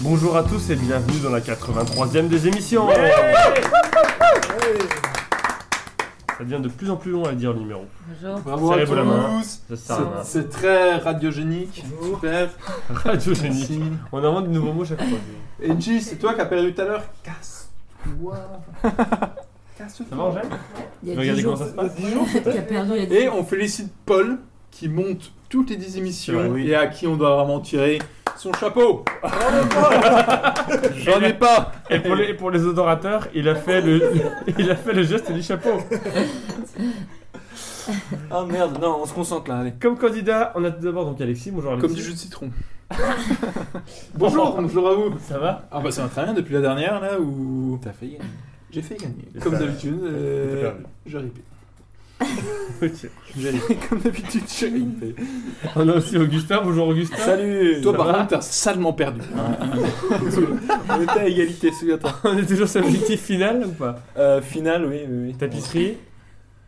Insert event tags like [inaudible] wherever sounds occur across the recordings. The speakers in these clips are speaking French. bonjour à tous et bienvenue dans la 83e des émissions. Ça devient de plus en plus long à dire le numéro. Bonjour. Bravo à Serrez-vous la main. tous. Ça sert à rien. C'est très radiogénique. Super. Radiogénique. Merci. On invente de nouveaux mots chaque fois. Engie, c'est toi qui as perdu tout à l'heure. [laughs] Casse-toi. Ça Casse-toi. va, Angèle Il y a Regardez 10 comment jours, ça se passe. [laughs] qui a perdu il y a 10 Et jours. on félicite Paul qui monte toutes les 10 émissions Oui. et à qui on doit vraiment tirer son [laughs] chapeau. J'en ai Et- pas. Et pour les, et pour les odorateurs, il a fait le, [laughs] il a fait le geste du chapeau. Ah merde, non, on se concentre là, allez. Comme candidat, on a tout d'abord donc Alexis. Bonjour Alexis. Comme du jus de citron. bonjour, bonjour à vous. Ça va Ah bah ça va très bien depuis la dernière là où T'as fait gagner. j'ai fait gagner. Et Comme ça- d'habitude, euh, T'as perdu. j'ai ripé. Ok. J'ai ripé. [laughs] Comme d'habitude, j'ai ripé. On a aussi Augustin. Bonjour Augustin. Hein Salut Toi, Ça par va contre, t'as salement perdu. [laughs] On était à égalité, souviens-toi. On est toujours sur l'objectif final ou pas euh, Finale, oui, oui, oui. Tapisserie.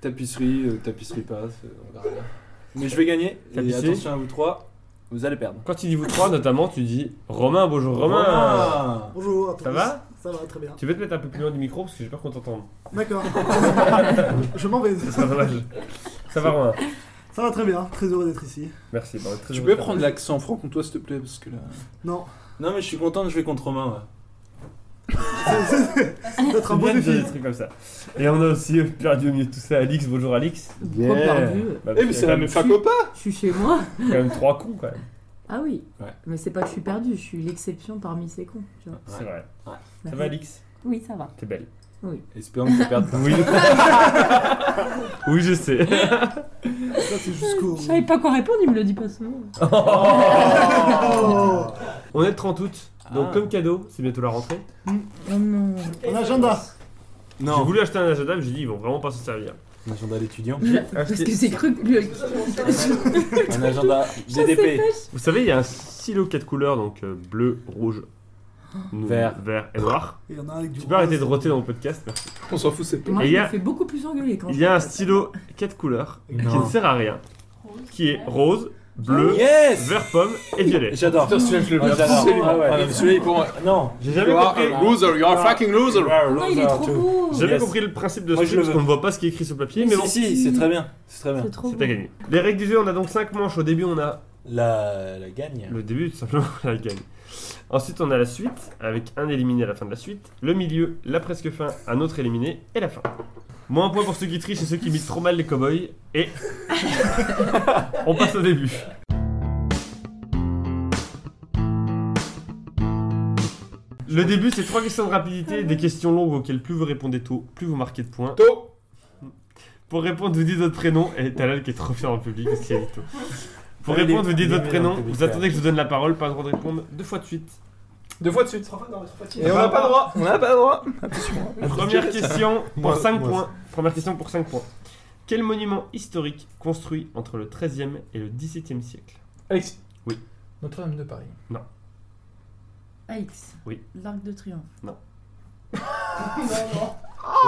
Tapisserie, euh, tapisserie passe, euh, on verra bien. Mais je vais gagner. Et Tapisserie. attention à vous trois, vous allez perdre. Quand tu dis vous trois, notamment, tu dis Romain. Bonjour Romain. Romain Bonjour à tous. Ça va Ça va, très bien. Tu peux te mettre un peu plus loin du micro parce que j'ai peur qu'on t'entende. [laughs] D'accord. [laughs] Je m'en vais. Ce serait dommage. Ça va Romain Ça va très bien, très heureux d'être ici. Merci. bah, on est très Tu heureux peux de prendre t'avoir. l'accent franc-comtois, s'il te plaît, parce que là. Non, Non, mais je suis content de jouer contre Romain. ouais. peut-être un C'est bon bien de dire défi. des trucs comme ça. Et on a aussi perdu au milieu de tout ça Alix. Bonjour Alix. Yeah. Pourquoi perdu Bah, Eh, mais c'est la même fac au pas Je suis chez moi. quand même trois cons quand même. Ah oui. Ouais. Mais c'est pas que je suis perdu, je suis l'exception parmi ces cons. Tu vois. C'est vrai. Ça Merci. va Alix Oui, ça va. T'es belle. Espérons que tu perdes pas. Oui. [laughs] oui, je sais. Ça, c'est jusqu'au. Je savais pas quoi répondre, il me le dit pas souvent. Oh On est le 30 août, donc Ah. comme cadeau, c'est bientôt la rentrée. Oh non. Un agenda J'ai [laughs] Non, voulu acheter un agenda, mais j'ai dit ils vont vraiment pas s'en servir. un agenda d'étudiant. Parce que c'est cru que le. Un agenda [laughs] GDP. Vous savez, il y a un stylo 4 couleurs, donc euh, bleu, rouge, nous- Vert. vert et noir. Il y en a un avec du. Tu peux arrêter de roter dans le podcast. merci. On s'en fout, c'est pas. Moi, Et je il y a- me fais beaucoup plus engueuler quand Il je y a un fais ça. stylo 4 couleurs qui ne Non. Oh, sert à rien, qui est rose, bleu, Yes vert pomme et violet. J'adore. Putain, celui-là, je le Ah, vois. j'adore. Celui-là, Ah ouais. ah, non, mais celui-là, il prend- Non, J'ai You jamais are compris. a loser, you are a fucking loser. Ah Non, il est trop beau. J'ai jamais oh, Yes. compris le principe de ce Moi, je truc le parce veux. qu'on ne voit pas ce qui est écrit sur le papier, mais bon, Si, si, c'est très bien. C'est très bien. C'est trop c'est beau. à gagner. Les règles du jeu, on a donc 5 manches. Au début, on a La, la gagne. Le début, tout simplement, [laughs] la gagne. Ensuite, on a la suite, avec un éliminé à la fin de la suite, le milieu, la presque fin, un autre éliminé, et la fin. Moins un point pour ceux qui trichent et ceux qui imitent trop mal les cowboys, et. on passe au début. Le début, c'est trois questions de rapidité, des questions longues auxquelles plus vous répondez tôt, plus vous marquez de points. Tôt. Pour répondre, vous dites votre prénom. Et Talal qui est trop fier dans le public parce qu'il a dit tôt. Pour Allez, répondre, vous dites allez, votre allez, prénom. dans le public, Vous attendez que je vous donne la parole. Pas le droit de répondre deux fois de suite. Deux fois de suite. Et on n'a pas le droit. On n'a pas le droit. Première question pour Moi, 5 moi. points. Première question pour 5 points. Quel monument historique construit entre le 13e et le 17e siècle Alexis. Oui. Notre-Dame de Paris. Alix. Oui. L'arc de triomphe. Oh,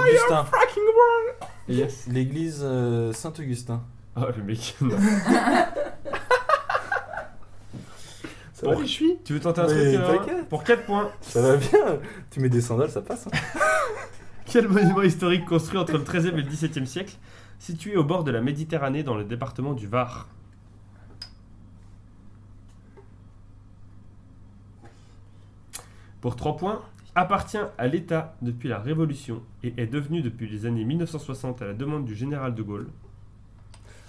Augustin. Yes. L'église euh, Saint-Augustin. Oh le mec. non. va, Pour- Tu veux tenter un Mais truc euh, t'inquiète. Pour 4 points. Ça va bien Tu mets des sandales, ça passe. hein. Quel monument historique construit entre le 13e et le 17e siècle, situé au bord de la Méditerranée dans le département du Var Pour 3 points, appartient à l'État depuis la Révolution et est devenu depuis les années 1960 à la demande du général de Gaulle.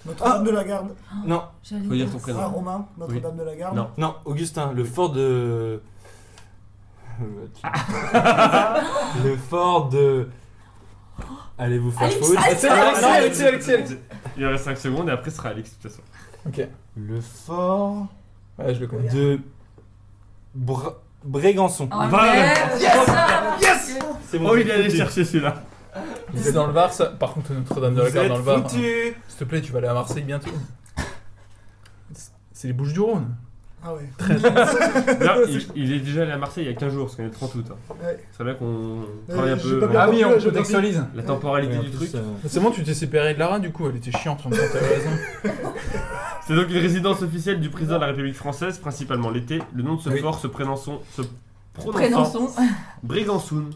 Notre-Dame de la Garde. Ah. Non, J'allais Faut dire dire ton Ah, prénom. Romain, Notre-Dame de la Garde. Non. non, Augustin, le fort de. le fort de. Allez vous faire Alex, foutre. Ah, Alex, Attends, Ah, Alex, non, Alex. Alexis, Alexis, Alexis. Il reste 5 secondes et après ce sera Alex de toute façon. Le fort Ouais, je le connais. de. Br- Brégançon. Ah ouais, Voilà. Yes C'est Oh, il est allé foutu. chercher celui-là. C'est dans le Var, ça. Par contre, Notre-Dame de la Vous Garde êtes dans le Var. hein. foutu. S'il te plaît, tu vas aller à Marseille bientôt. C'est les Bouches du Rhône. Ah ouais. Là, [laughs] il, il est déjà allé à Marseille il y a 15 jours, parce qu'on est le 30 août. hein. Ouais. C'est vrai qu'on Euh, travaille un j'ai peu pas euh, bien- Ah oui, Ouais, on je contextualise. la temporalité Ouais, en du plus, truc. euh, C'est bon, tu t'es séparé de Lara du coup, elle était chiante en même temps, t'avais raison. C'est donc une résidence officielle du président de la République française, principalement l'été. Le nom de ce Oui. fort se, prénonçon- se Prononçant Prénançon. Brégansoun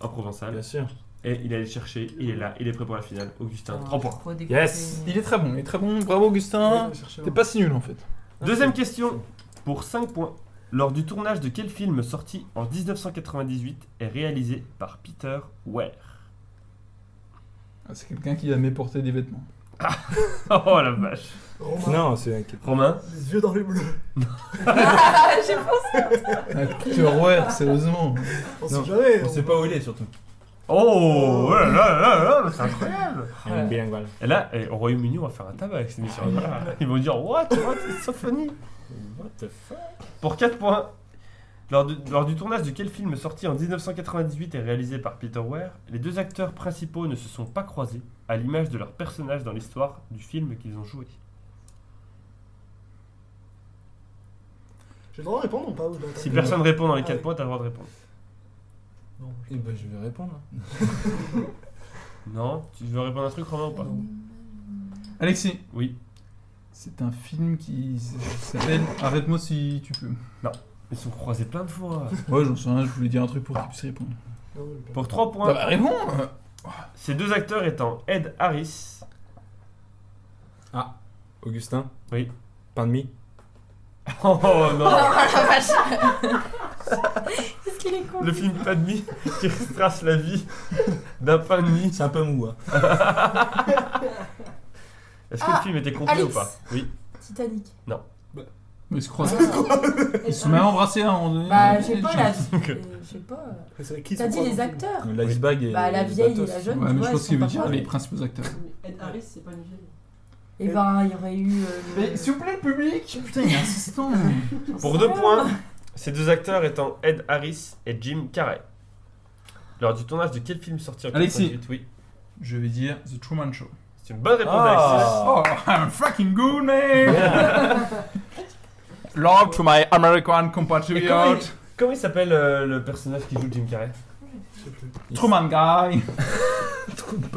en provençal. Bien sûr. Et il est allé chercher, il est là, il est prêt pour la finale. Ah. Augustin, 3 points. Faut découvrir. Yes. Il est très bon, il est très bon. Bravo Augustin. T'es pas si nul en fait. Ah, Deuxième question pour 5 points. Lors du tournage de quel film sorti en 1998 et réalisé par Peter Weir [laughs] Ah, C'est quelqu'un qui a porter des vêtements. Oh la vache Romain, Non, c'est un Romain les yeux dans les bleus. Ah, j'ai pensé. Ah, Peter Weir, sérieusement. On Non, sait jamais. On sait pas où il est surtout. Oh là là là là, c'est incroyable Ouais. bilingual. Et là, eh, au Royaume-Uni, on va faire un tabac [laughs] avec cette émission. Voilà. Ils vont dire What What It's so funny What the fuck Pour 4 points. Lors, de- lors du tournage de quel film sorti en 1998 et réalisé par Peter Weir, les deux acteurs principaux ne se sont pas croisés, à l'image de leurs personnages dans l'histoire du film qu'ils ont joué. J'ai le droit de répondre ou pas ou Si j'attends personne répond dans les Ah 4 oui. points, t'as le droit de répondre. Non. Eh ben, je vais répondre. Non Tu veux répondre à un truc, Romain, ou pas Non. Alexis, Oui. c'est un film qui s'appelle Arrête-moi si tu peux. Ils se sont croisés plein de [laughs] fois. Ouais, j'en sais rien, je voulais dire un truc pour qu'il puisse répondre. Non, j'ai pas. Pour 3 Ah points, bah réponds euh. ces deux acteurs étant Ed Harris. [laughs] Augustin Oui. Pain de mie Oh non Oh la vache. [laughs] Qu'est-ce qu'il est con. Le film Pas de mie qui retrace la vie d'un pain de mie. C'est un peu mou. Hein. Est-ce que Ah, le film était complet Alice. ou pas Oui. Titanic. Mais ils se croisent. Ils se sont même embrassés à un moment donné. Bah, je sais pas, [laughs] la. Ok. Je sais pas. Mais c'est qui, T'as son dit poids les dans le acteurs L'iceberg et. Bah, la les vieille et Batos. la jeune, Ouais, tu mais vois, je elles pense qu'il sont veut pas dire proches. les principaux acteurs. Ed Harris, c'est pas une vieille. Et ben, il y aurait eu. euh, vous plaît, public Putain, il est insistant Pour deux points, ces deux acteurs étant Ed Harris et Jim Carrey. Lors du tournage de quel film sorti en Alexis. 98 Oui. Je vais dire The Truman Show. C'est une bonne réponse, Alexis. Ah. Oh, I'm fucking good, man Love to my American Et comment compatriot Comment il s'appelle euh, le personnage qui joue Jim Carrey Truman Guy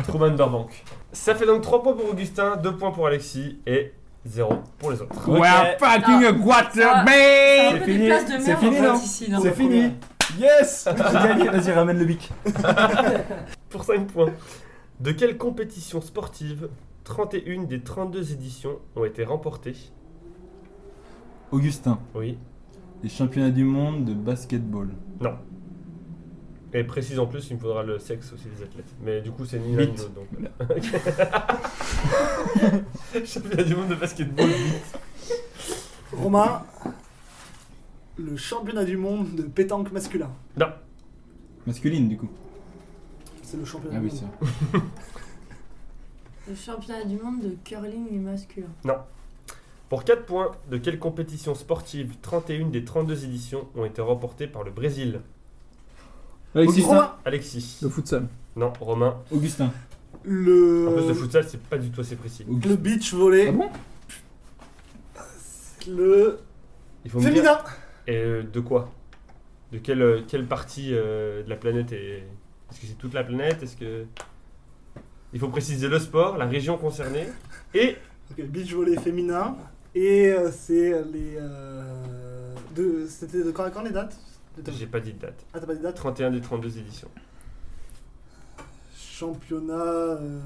Truman Burbank. Ça fait donc 3 points pour Augustin, 2 points pour Alexis et 0 pour les autres. We're fucking Ça- a Guatemala C'est un peu C'est des fini, places de c'est merde fini, en non fait, ici, non C'est fini Yes J'ai gagné. Vas-y, ramène le bic. Pour 5 points. De quelle compétition sportive 31 des 32 éditions ont été remportées Augustin, Oui. les championnats du monde de basketball. Et précise en plus, il me faudra le sexe aussi des athlètes. Mais du coup, c'est ni l'un ni Bite. l'autre. Donc. [laughs] Ok. Championnat du monde de basketball. bite. Romain, le championnat du monde de pétanque masculin. Masculine, du coup. C'est le championnat Ah du oui, monde. ça. Le championnat du monde de curling masculin. Pour 4 points, de quelle compétition sportive 31 des 32 éditions ont été remportées par le Brésil Alexis, Romain, Alexis. le futsal. Non, Romain. Augustin. En plus, le le... futsal, c'est pas du tout assez précis. le beach volley, Ah bon le Il faut me dire- féminin. Et euh, de quoi De quelle, euh, quelle partie euh, de la planète est. Est-ce que c'est toute la planète Est-ce que. Il faut préciser le sport, la région concernée et Ok, beach volley féminin. Et euh, c'est les... euh, de- C'était de quand à quand les dates De ta- J'ai pas dit de date. Ah, t'as pas des dates 31 des 32 éditions. Championnat euh,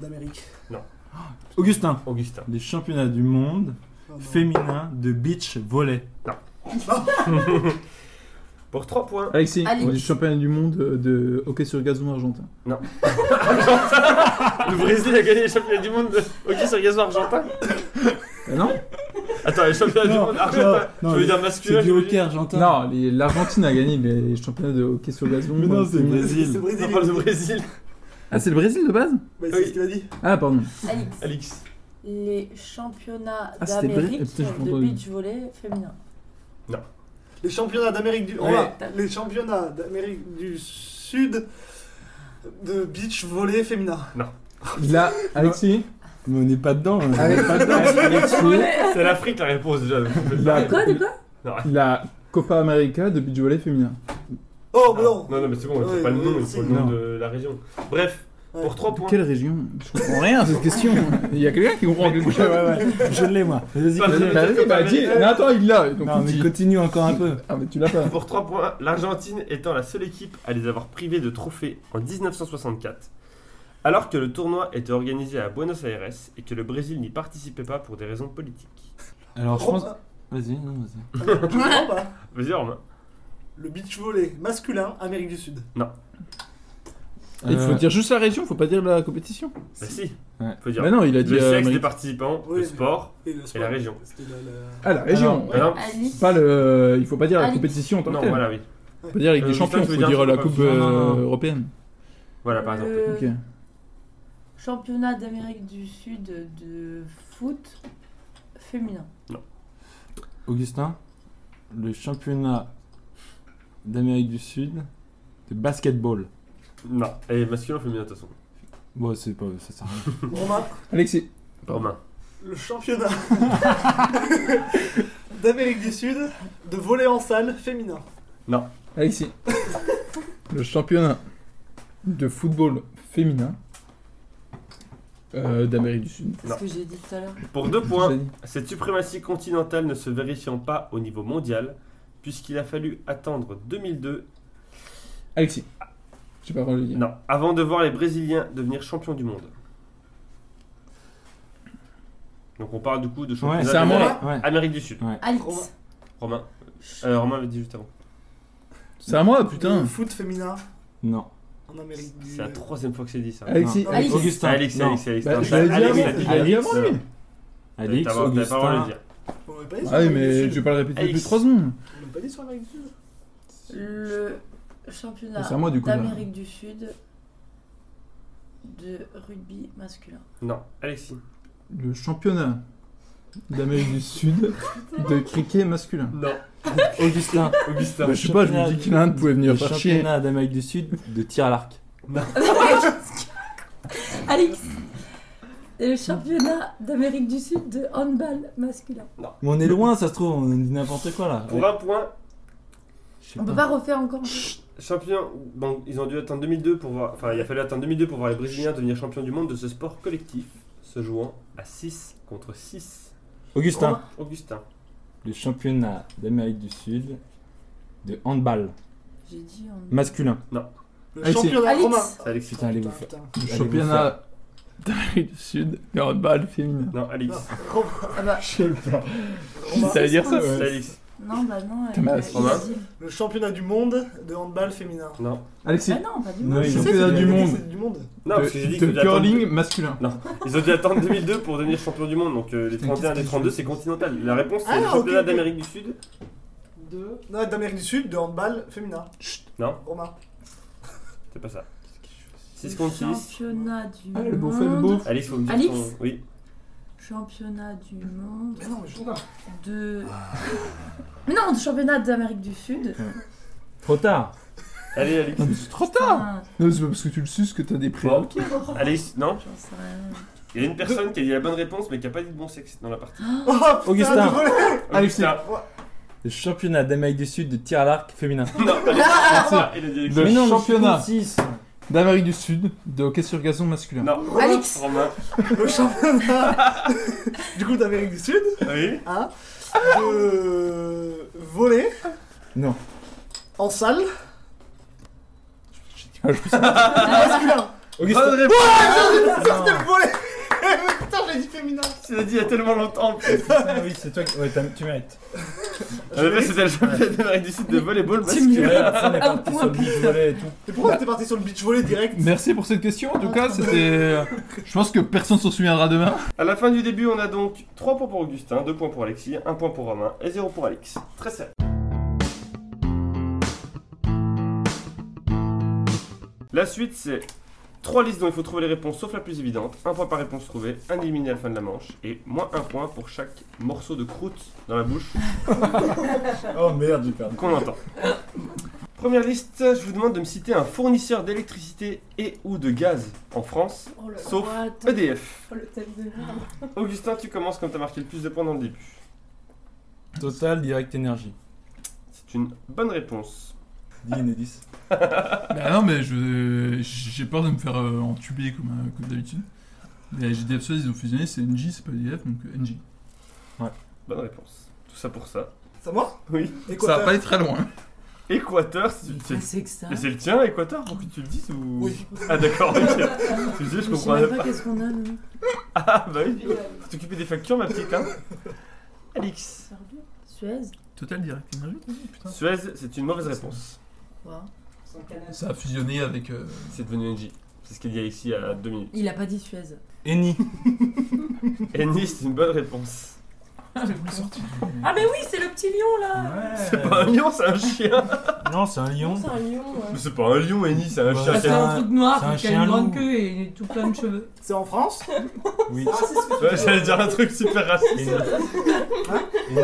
d'Amérique. Augustin. Augustin. Les championnats du monde Non, non. féminin de beach volley. Pour 3 points. [laughs] Alexis, Alix. le championnat du monde de hockey sur gazon argentin. Le Brésil a gagné les championnats du monde de hockey sur gazon argentin. Euh, Ah non Attends, les championnats du Non, monde argentin. non, tu veux mais dire masculin C'est du je veux hockey dire- argentin. Non, les- l'Argentine a gagné les championnats de hockey sur gazon. Mais non, euh, c'est féminin. [laughs] Brésil. C'est le On Brésil. parle du Brésil. Ah, c'est le Brésil de base Bah, c'est Oui. ce qu'il a dit. Ah, pardon. Alix. Alix. Les championnats Ah, c'était d'Amérique Brésil. Putain, je de m'entendais. beach volley féminin. Les championnats d'Amérique du... Ouais. Romain, les championnats d'Amérique du Sud de beach volley féminin. Là, Alexis Ah, Mais on n'est pas dedans. hein. on est pas dedans. Alexis, C'est l'Afrique la réponse déjà. la, Quoi, de quoi la Copa América de beach volley féminin. Oh, mais Non, non Ah. non, mais c'est bon, il faut Ouais, pas le ouais, nom, il c'est- faut le nom non. de la région. Bref, Pour 3 points. Quelle région Je comprends rien à cette question. Il y a quelqu'un qui comprend quelque [laughs] Ouais, Ah, chose. ouais, ouais. Je l'ai, moi. Vas-y, Pas continue. de- Bah oui, bah dis- Non, attends, il l'a. donc Non, il mais dit. continue encore un peu. Ah, mais tu l'as pas. Pour 3 points, l'Argentine étant la seule équipe à les avoir privés de trophées en 1964, alors que le tournoi était organisé à Buenos Aires et que le Brésil n'y participait pas pour des raisons politiques. Alors, je Oh, pense. [laughs] bah, Vas-y, non, vas-y. je comprends pas. Vas-y, Romain. Le beach volley masculin, Amérique du Sud. Il faut Euh, dire juste la région, faut pas dire la compétition. Bah si, Ouais. faut dire. Bah non, il a dit. le euh, sexe Amérique- des participants, Oui, le mais- sport. Et, le sport. la région. C'était la- la- Ah, la région. Alors, Ah non, Alice. Pas le. Il faut pas dire la Ah, compétition en tant que non, telle. voilà, oui. Faut pas dire avec Euh, des Justin, champions, tu veux faut dire un dire truc la comme coupe ça Non, non, non. euh, européenne. Voilà, par exemple. Le Ok. Championnat d'Amérique du Sud de foot féminin. Augustin, le championnat d'Amérique du Sud de basketball. Non, et masculin, féminin, de toute façon. Bon, c'est pas. Ça sert à rien. Romain, [laughs] Alexis. Romain. le [laughs] championnat d'Amérique du Sud de volley en salle féminin. Alexis. le championnat de football féminin euh, d'Amérique du Sud. C'est ce que j'ai dit tout à l'heure. Pour 2 Je vous ai points, dit. cette suprématie continentale ne se vérifiant pas au niveau mondial, puisqu'il a fallu attendre 2002 Alexis. J'ai pas le droit de le dire. non, avant de voir les Brésiliens devenir champions du monde. Donc on parle du coup de championnat Ouais, c'est à moi, d'Amérique- ouais. Amérique du Sud. Romain. Alice. Romain. Euh, Romain avait dit juste avant. C'est à moi, Le putain. foot féminin Non. en Amérique du C'est la troisième fois que c'est dit ça. Alexis. Non. Alice. Augustin. Alex, Non. Alex, Alex, Bah, Alex, je l'avais dit Alex, avant. l'a dit, Je l'avais dit Alex, avant lui. T'as Alex, pas- t'as pas le droit de le Augustin. dire. On l'a pas dit sur Ah oui, l'Amérique du mais Sud. je Ah, vais pas le répéter depuis Alexis. 3 secondes. On l'a pas dit sur l'Amérique du Sud. Le championnat C'est à moi, du coup, là. d'Amérique du Sud de rugby masculin. Non, Alexis. Le championnat d'Amérique du Sud de cricket masculin. Non. Augustin. Augustin. Bah, je sais pas, je me dis qu'il a un de pouvait venir Le faire chier. championnat d'Amérique du Sud de tir à l'arc. Alex. Et le championnat d'Amérique du Sud de handball masculin. Mais on est loin, ça se trouve, on dit n'importe quoi là. Pour un point, Je sais On peut pas. pas refaire encore. champion. Bon, ils ont dû attendre 2002 pour voir. Enfin, il a fallu attendre 2002 pour voir les Brésiliens devenir champions du monde de ce sport collectif, se jouant à 6 contre 6. Augustin. Augustin. Le championnat d'Amérique du Sud de handball J'ai dit handball. masculin. Le Alexis. championnat Alex. romain. C'est Alexis. Putain, allez vous Putain, faire. putain. Le Allez championnat d'Amérique du Sud de handball féminin. Non, Alix. Ah bah, Ça veut dire ça, C'est ouais. Alix. non, bah non. T'as mal à ce il moment-là. a dit- Le championnat du monde de handball féminin. Non. Alexis. Ah non, pas du Non, tout. il Le en championnat fait, du il a- monde C'est du monde. Non, parce que j'ai dit que de, de curling masculin. Ils ont dû attendre 2002 pour devenir champion du monde, donc euh, les 31 et 32 c'est continental. La réponse c'est Ah, le ok, championnat ok. d'Amérique du Sud. De... Non, d'Amérique du Sud de handball féminin. Non. Romain. C'est pas ça. 6 contre 6. Championnat du Ah, monde. le beauf, le beauf. Alix, faut me dire Alix ton- Oui. Championnat du monde Mais non, mais je de. Mais non, championnat d'Amérique du Sud. Trop tard. Allez, Alix. C'est trop Putain, Non, c'est pas parce que tu le suces que t'as des prix. Bon. Alix, non j'en sais rien. Il y a une personne qui a dit la bonne réponse mais qui a pas dit de bon sexe dans la partie. [laughs] Ah, Oh putain, Augustin. désolé. Ah, Alexis. Augustin. Le championnat d'Amérique du Sud de tir à l'arc féminin. Non, Alix. Il a dit Alix. Le Mais non, mais championnat je suis con, six. d'Amérique du Sud de hockey sur gazon masculin. Non. Alix. Romain. Le championnat [laughs] du coup d'Amérique du Sud, Oui. hein, de voler Non. en salle Ah, je [laughs] pense- masculin. Ah, Bonne réponse. Ça Ah, c'était le volet. [laughs] Mais Putain, j'ai dit féminin. Tu l'as dit il y a tellement longtemps. Ah oui, c'est toi qui. Ouais, t'as- tu [laughs] mérites. En effet, c'était le championnat d'Amérique du Sud de volleyball Ouais, masculin. après, on est parti sur point. le beach volley et tout. Et Bah. pourquoi t'es parti sur le beach volley direct Merci pour cette question, en tout cas, c'était. euh, Je pense que personne s'en souviendra demain. À la fin du début, on a donc 3 points pour Augustin, 2 points pour Alexis, 1 point pour Romain et 0 pour Alix. Très serré. La suite, c'est 3 listes dont il faut trouver les réponses sauf la plus évidente. 1 point par réponse trouvée, 1 éliminé à la fin de la manche et moins 1 point pour chaque morceau de croûte dans la bouche [laughs] Oh merde, j'ai perdu. qu'on entend. Première liste, je vous demande de me citer un fournisseur d'électricité et ou de gaz en France, E Oh le Sauf Ah, what the- EDF. oh, le thème de merde. Augustin, tu commences comme t'as marqué le plus de points dans le début. Total Direct Energy. C'est une bonne réponse. [laughs] Dis Inédis. Bah non, mais je- j'ai peur de me faire euh, entuber comme, euh, comme d'habitude. Les GDF Suez, ils ont fusionné, c'est NJ, c'est pas EDF, donc euh, NJ. Bonne réponse. Tout ça pour ça. C'est à moi Oui. Et Ça va t'as- pas être très loin. hein. Équateur, c'est Ah, c'est- c'est que ça. et c'est le tien, Équateur, pour que tu le dises ou... Oui. Ah d'accord, [laughs] ok. Tu sais, je Je sais comprenais même pas. pas qu'est-ce qu'on a, nous. Ah bah oui. Faut t'occuper des factures, ma petite, hein. Alix. Suez Total Direct Energy, t'as dit, putain. Suez, c'est une mauvaise réponse. Quoi Ça a fusionné avec. euh, C'est devenu NJ. C'est ce qu'a dit Alexis il y a deux minutes. Il a pas dit Suez. Eni. Ennis, c'est une bonne réponse. C'est plus sorti. Ah, mais oui, c'est le petit lion, là C'est pas un lion, c'est un chien. Non, c'est un lion. C'est un lion, ouais. Mais c'est pas un lion, Ennis, c'est un Ouais. chien. Ah, C'est C'est- un truc noir c'est un qui a chien une grande loup. queue et tout plein [laughs] de cheveux. C'est en France Oui. Ah, Ouais, J'allais dire un truc super raciste. Eni. Eni.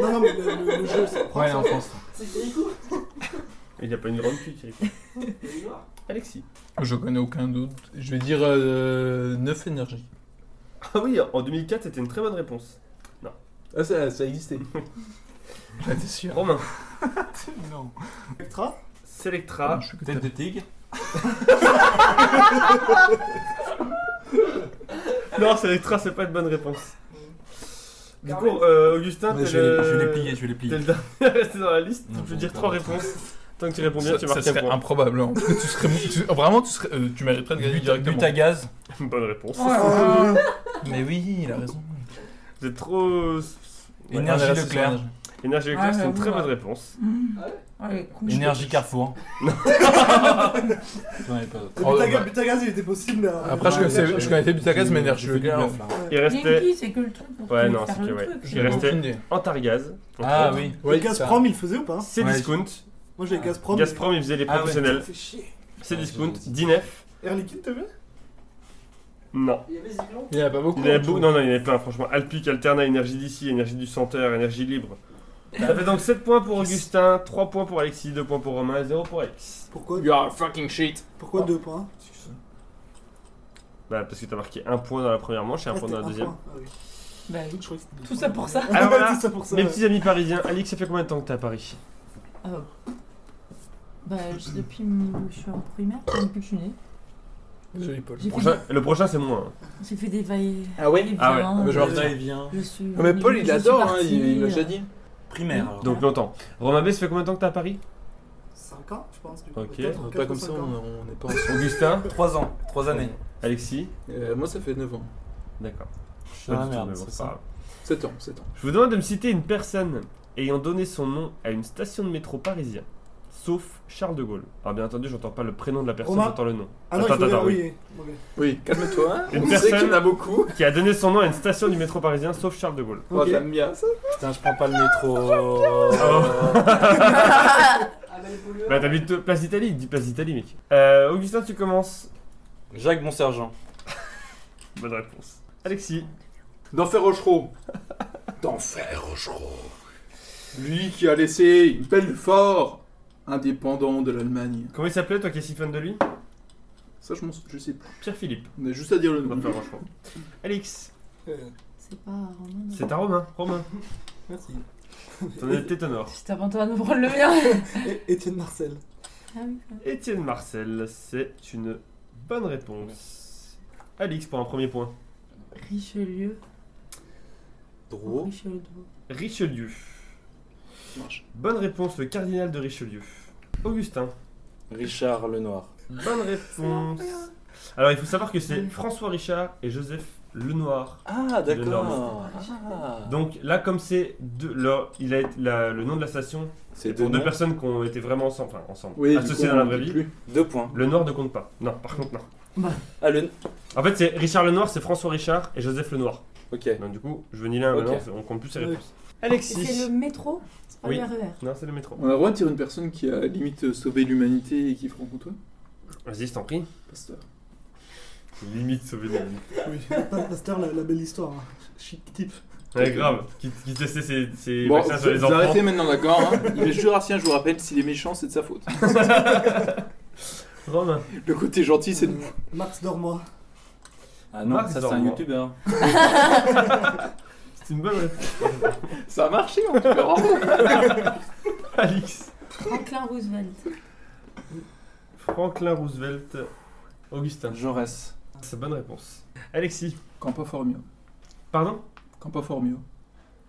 Non, non, mais le, le- le jeu, c'est en France. Ouais, en France. Il n'y a pas une grande cuisse, Alexis. Je connais aucun d'autre. Je vais dire euh, 9 énergies. Ah oui, en 2004, c'était une très bonne réponse. Ah, ça, [laughs] ça existait. Ah, t'es sûr Romain. Non. Spectra [laughs] Selectra. Ah, Je suis que Tête de tigre. Non, Selectra, c'est pas une bonne réponse. Du Quand coup, euh, Augustin, Ouais, t'es je, vais les, je vais le... les plier, je vais les t'es plier. le dernier à rester dans la liste. Non, tu peux j'en ai dire pas trois d'autres. réponses. Tant que tu réponds bien, Ça, tu ça marques un serait point. improbable. hein. tu serais, tu- vraiment, tu, serais, euh, tu mériterais de gagner directement. But à gaz. bonne réponse. Mais oui, il a raison. Vous êtes trop... Énergie Ouais, Leclerc. Énergie électrique, Ah, c'est une j'avoue, très ouais. bonne réponse. Oh, Ouais, con. [laughs] Énergie Carrefour. J'en avais pas d'autres. Le Oh, Butaga- bah. Butagaz, il était possible. mais, euh, Après, je ouais, connaissais, ouais, je connaissais Butagaz, mais Énergie Je fais du Leclerc. bluff, là. Il restait Yankee, c'est que le truc pour Ouais, te non, faire c'est que, le ouais. truc. Il J'en ai restait- aucune idée. Antargaz. entre Ah autres. oui. Le Gazprom, il le faisait ou pas hein C'est Ouais. Discount. Moi, j'avais Gazprom. Gazprom, ils faisaient les Ah ouais. Ah, professionnels. Ça fait chier. C'est Ouais, Discount. c'est- Dinef. Air Liquide, t'as vu Non. Il y avait Ziglon. Il n'y en a pas beaucoup. hein, Il y en avait beaucoup- non, non, il y en avait plein, franchement. Alpic, Alterna, Énergie d'ici, Énergie du Centre, Énergie libre. Ça fait donc 7 points pour Augustin, 3 points pour Alexis, 2 points pour Romain et 0 pour Alex. Pourquoi, You are fucking shit. pourquoi deux points Bah, parce que t'as marqué 1 point dans la première manche et 1 Ah, point c'était dans la deuxième. point. Ah oui. Bah oui. Je croyais que c'était deux Tout ça pour ça. points. Alors voilà, Tout ça pour ça. Mes ouais. petits amis parisiens, Alix, ça fait combien de temps que t'es à Paris Ah. Bah, je- depuis que je suis en primaire, depuis que je suis née. Joli Paul. J'ai fait, Prochain- Le prochain, c'est moins. hein. j'ai fait des vaillées. Ah ouais Ah ouais, Bah, genre, je, ça, il vient. suis. Ah, Mais Paul, je il suis adore, hein, partie, il il m'a déjà euh, dit. Primaire. alors. Donc longtemps. Romain B, ça fait combien de temps que t'es à Paris 5 ans, je pense. du coup. Ok. Peut-être, On quatre On est Pas ou comme cinq ça, ans. on on n'est pas ensemble. Augustin Trois ans. Trois années. Alexis Euh, Moi, ça fait 9 ans. D'accord. Je suis Pas dans la du tout, merde, mais bon, c'est c'est ça. pas grave. 7 ans, 7 ans. Je vous demande de me citer une personne ayant donné son nom à une station de métro parisien, sauf Charles de Gaulle. Alors bien entendu, j'entends pas le prénom de la personne, Romain j'entends le nom. Ah non, il Attends, faut dire attends, oui. Ok. Oui, calme-toi. Une on sait personne- qu'il y en a beaucoup. Qui a donné son nom à une station du métro parisien, sauf Charles de Gaulle. Oh, Ok. t'aimes bien ça Putain, je prends pas le métro. Bah t'habites euh, place d'Italie, dis place d'Italie, mec. Euh, Augustin, tu commences. Jacques Bonsergent. Bonne réponse. Alexis. D'enfer [laughs] Rochereau. D'enfer Rochereau. Lui qui a laissé Belfort indépendant de l'Allemagne. Comment il s'appelait, toi qui es si fan de lui Ça, je, m'en sou- je sais plus. Pierre Philippe. On a juste à dire le nom. Bonne réponse, je crois. Alix. Euh, C'est pas Romain. non. C'est à Romain. Romain. Merci. Ton honnêteté t'honore. J'étais avant toi à nous prendre le [laughs] mien. Ah Et- Étienne Marcel. Ah oui. Étienne Marcel, c'est une bonne réponse. Alix pour un premier point. Richelieu. Dro. Richelieu. Richelieu. Bonne réponse, le cardinal de Richelieu. Augustin. Richard Lenoir. Bonne réponse. Alors, il faut savoir que c'est François Richard et Joseph Lenoir. Ah, Lenoir. d'accord. Ah. Donc là, comme c'est deux, leur- il a été- la- le nom de la station, C'est pour deux personnes qui ont été vraiment ensemble, enfin, ensemble, Oui, associées dans la vraie vie, Deux points. le Noir ne compte pas. Non, par contre, non. Ah, le. En fait, c'est Richard Lenoir, c'est François Richard et Joseph Lenoir. Ok. Donc du coup, je veux ni l'un Ok. ni l'autre, on compte plus ces réponses. C'est le Alexis. métro. C'est pas Oui. le E [laughs] RER. Non, c'est le métro. On a le droit de dire une personne qui a limite euh, sauvé l'humanité et qui franc contre toi Vas-y, je t'en prie. Pasteur. Limite sauver des vies. Oui. Pas- Pasteur, la, la belle histoire. hein. Chic type. Ouais, grave. Qui, qui testait ses, ses Bon, vous, vaccins sur les vous enfants. arrêtez maintenant, d'accord hein [laughs] Il est jurassien, je vous rappelle, s'il est méchant, c'est de sa faute. Romain. Le côté gentil, c'est de Euh, Max Dormois. Ah non, Marc ça c'est un Zorman. youtubeur. C'est une bonne réponse. Ça a marché, en tout cas. bravo. Alix. Franklin Roosevelt. Franklin Roosevelt, Augustin. Jaurès. C'est bonne réponse. Alexis, Campa Formio. pardon Campa Formio.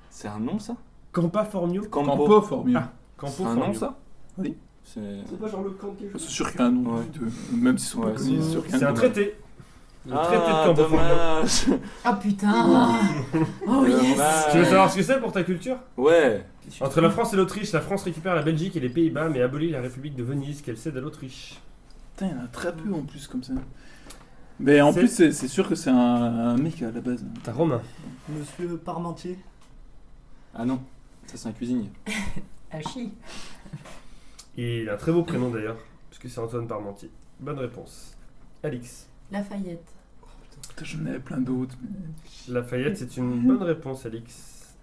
C'est un nom ça Campa Formio Campo Formio. Campo C'est un nom Formio. ça C'est. C'est pas genre le camp quelque C'est chose sûr qu'il y a un nom. Ouais. de- Même si c'est pas Ouais, connu, c'est sûr qu'il y a C'est un nom. traité. Le traité de Ah, Campo Formio. dommage Ah putain Oh yes Dommage. Tu veux savoir ce que c'est pour ta culture Ouais Entre la France et l'Autriche, la France récupère la Belgique et les Pays-Bas, mais abolit la République de Venise qu'elle cède à l'Autriche. Putain, il y en a très peu en plus comme ça. Mais en C'est- plus, c'est c'est sûr que c'est un, un mec à la base. T'as Romain. Monsieur Parmentier. Ah non, ça c'est un cuisinier. Ah chi Il a un très beau prénom d'ailleurs, puisque c'est Antoine Parmentier. Bonne réponse. Alix. Lafayette. Putain, j'en avais plein d'autres. mais- Lafayette, c'est une bonne réponse, Alix.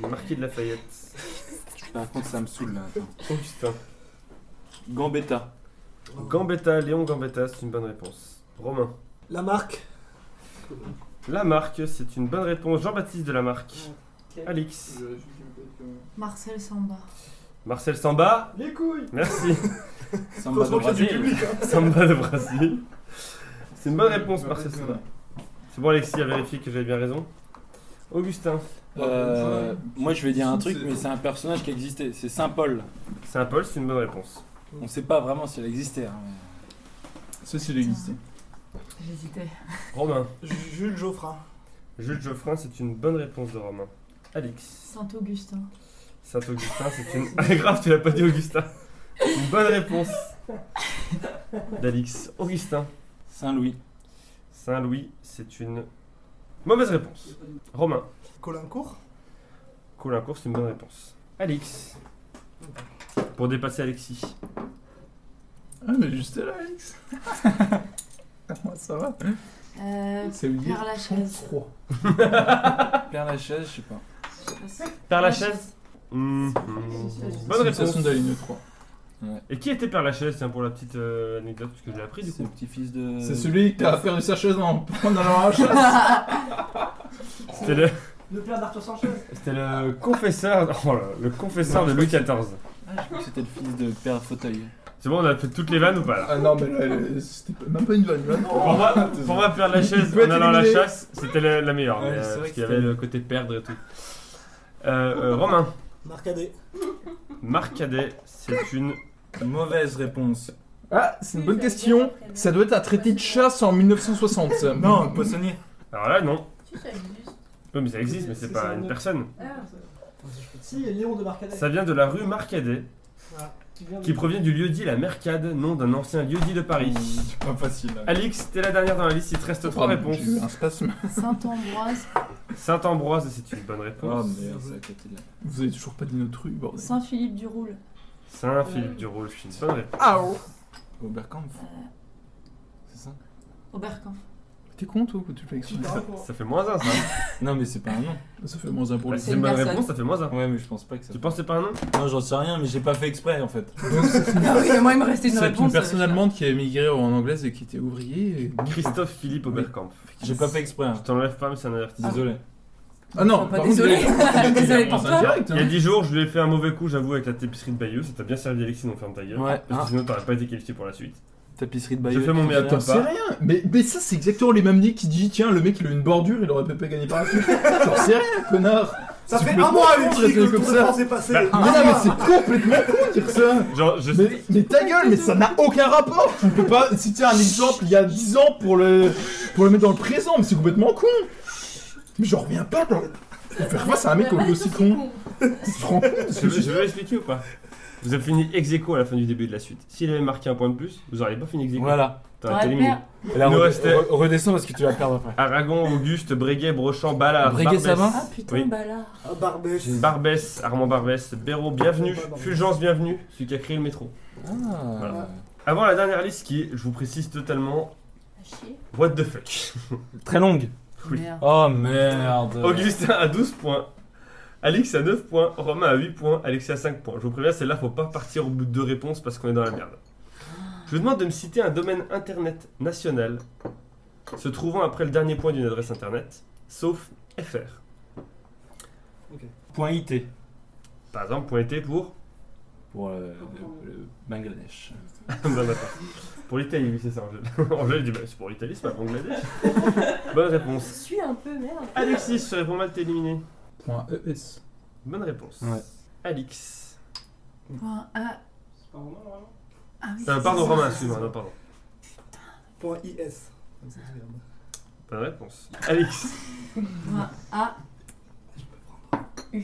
Le Marquis de Lafayette. Par contre, ça me saoule là. attends. Augustin. Gambetta. Gambetta, Léon Gambetta, c'est une bonne réponse. Romain. La marque. Lamarck, c'est une bonne réponse. Jean-Baptiste de Lamarck. Alix. Marcel Samba. Marcel Samba. Les couilles Merci. [laughs] Samba de Heureusement qu'il y a du Brasil. public. hein. Samba de Brasil. C'est une bonne réponse, Marcel Samba. C'est bon, Alexis a vérifié que j'avais bien raison. Augustin. Euh, moi je vais dire un truc, mais c'est un personnage qui existait. C'est Saint Paul. Saint-Paul, c'est une bonne réponse. On sait pas vraiment si elle existait. hein, mais- Ça, c'est l'existé. J'hésitais. Romain. Jules Geoffrin. Jules Geoffrin, c'est une bonne réponse de Romain. Alix. Saint-Augustin. Saint-Augustin, c'est une. [laughs] Ah, grave, tu l'as pas dit, Augustin. Une bonne réponse d'Alix. Augustin. Saint Louis. Saint-Louis, c'est une mauvaise réponse. Romain. Colincourt. Colincourt, c'est une bonne réponse. Alix. Pour dépasser Alexis. Ah, mais juste là, Alex. [laughs] Moi, ça va. Euh, C'est oublié. Père Lachaise. Père Lachaise, je sais pas. Ah, Père Lachaise. Mhm. Bonne C'est une réponse. station de la ligne 3. Et qui était Père Lachaise, tiens, pour la petite euh, anecdote, parce que je l'ai appris du C'est coup. le petit-fils de. C'est celui qui a perdu sa chaise en [laughs] en allant à la chasse. C'était le, Le père d'Arthur Sanchez. c'était le confesseur, [laughs] oh là, le confesseur de Louis XIV. Ah, je crois que c'était le fils de Père Fauteuil. C'est bon, on a fait toutes les vannes ou pas là Ah non, mais là, là, [laughs] c'était pas- même pas une vanne. là, non. pour moi, pour moi, perdre la chaise peut en être allant à la éliminé. chasse, c'était la, la meilleure. Ouais, mais, c'est vrai euh, parce que qu'il y c'était- avait le côté perdre et tout. Euh, euh, Romain, Marcadet. Marc Cadet, c'est une Mauvaise réponse. Ah, c'est une bonne question. Ça doit être un traité de chasse en 1960. ça. Non, poissonnier. Alors là, non. Tu sais, juste. Oui, mais ça existe, mais c'est C'est pas ça, une non. personne. Ah, Si, Léon de Marcadet. Ça vient de la rue Marcadet, Voilà. Qui vient de- qui provient du lieu-dit La Mercade, nom d'un ancien lieu-dit de Paris. C'est Ah, pas facile. là. Alix, t'es la dernière dans la liste, il te reste trois Pardon, réponses. j'ai eu Un spasme. [laughs] Saint-Ambroise. Saint-Ambroise, c'est une bonne Oh réponse. merde, c'est à côté de là. Vous avez toujours pas dit notre truc, bordel. Saint-Philippe du Roule. Saint-Philippe du Roule, c'est une bonne réponse. Ah oh. Bah, Oberkampf, Euh, c'est ça Oberkampf. T'es con, toi, que tu fais exprès Super rapport. Ça fait moins un, ça. Non, mais c'est pas un nom. Ça fait moins un pour Bah, les c'est une une bonne personne. réponse, ça fait moins un. Ouais, mais je pense pas que ça. Tu pensais pas un nom Non, j'en sais rien, mais j'ai pas fait exprès en fait. Ah oui, mais moi, il me restait une C'est réponse. une personne euh, allemande qui a émigré en anglaise et qui [laughs] était ouvrier. et- Christophe Philippe Oberkampf. J'ai pas fait exprès. hein. Je t'enlève pas, mais c'est un avertissement. Désolé. Ah non, Enfin, par [laughs] contre, désolé. il a- il a Désolé moins pour un toi. direct, hein. Il y a 10 jours, je lui ai fait un mauvais coup, j'avoue, avec la tapisserie de Bayeux. Ça t'a bien servi, Alexis, donc ferme ta gueule. Ouais, Parce que sinon, t'aurais pas été qualifié pour la suite. Ah, tapisserie de J'ai fait mon meilleur Attends, top c'est rien mais, mais ça, c'est exactement les mêmes nids qui dit tiens, le mec il a une bordure, il aurait peut-être pas gagné par la suite. [laughs] J'en sais rien, connard Ça C'est fait un complètement mois, con de Alexis, que raisonner le comme Tour de ça. France est passé. Bah, Ah, Mais non, mais c'est complètement con de dire ça Genre, je mais, mais ta gueule, mais ça n'a aucun rapport Tu ne peux pas citer un exemple il y a 10 ans pour le, pour le mettre dans le présent, mais c'est complètement con Mais j'en reviens pas dans le... Faire face à un mec aussi con Tu te rends compte de je ce que veux, c'est je veux expliquer ou pas Vous avez fini ex aequo à la fin du début de la suite. S'il avait marqué un point de plus, vous auriez pas fini ex aequo. Voilà. T'aurais Ouais, été éliminé. merde. Et là, Nous, re- c'était- re- redescends parce que tu vas perdre après. Aragon, Auguste, Breguet, Brochamp, Ballard, Breguet, Barbès, ça va Ah putain, Oui. bah là. Ah, Barbès. Barbès, Armand Barbès, Béraud, bienvenue, Pas Barbès. Fulgence, bienvenue, celui qui a créé le métro. Ah. Voilà. Avant la dernière liste qui est, je vous précise totalement, À chier. what the fuck. [laughs] Très longue. Oui. Merde. Oh merde. Augustin à 12 points. Alix à 9 points, Romain à 8 points, Alexis à 5 points. Je vous préviens, celle-là, faut pas partir au bout de deux réponses parce qu'on est dans la merde. Je vous demande de me citer un domaine internet national se trouvant après le dernier point d'une adresse internet, sauf FR. Point IT. Par exemple, point .it pour pour euh, le, le Bangladesh. [laughs] Bon, d'accord. Pour l'Italie, oui, c'est ça, Angèle. [laughs] Angèle dit bah, c'est pour l'Italie, c'est pas pour Bangladesh. Je Bonne Ah. réponse. suis un peu merde. Alexis, je réponds mal, t'es éliminé. Point ES. Bonne réponse. Ouais. Alix. Point A. C'est pas romain, normalement Ah Euh, oui, c'est pardon, ça. Romain, excuse-moi, non, pardon. Point IS. Comme ça, je regarde. Bonne réponse. Alix. Point A. U.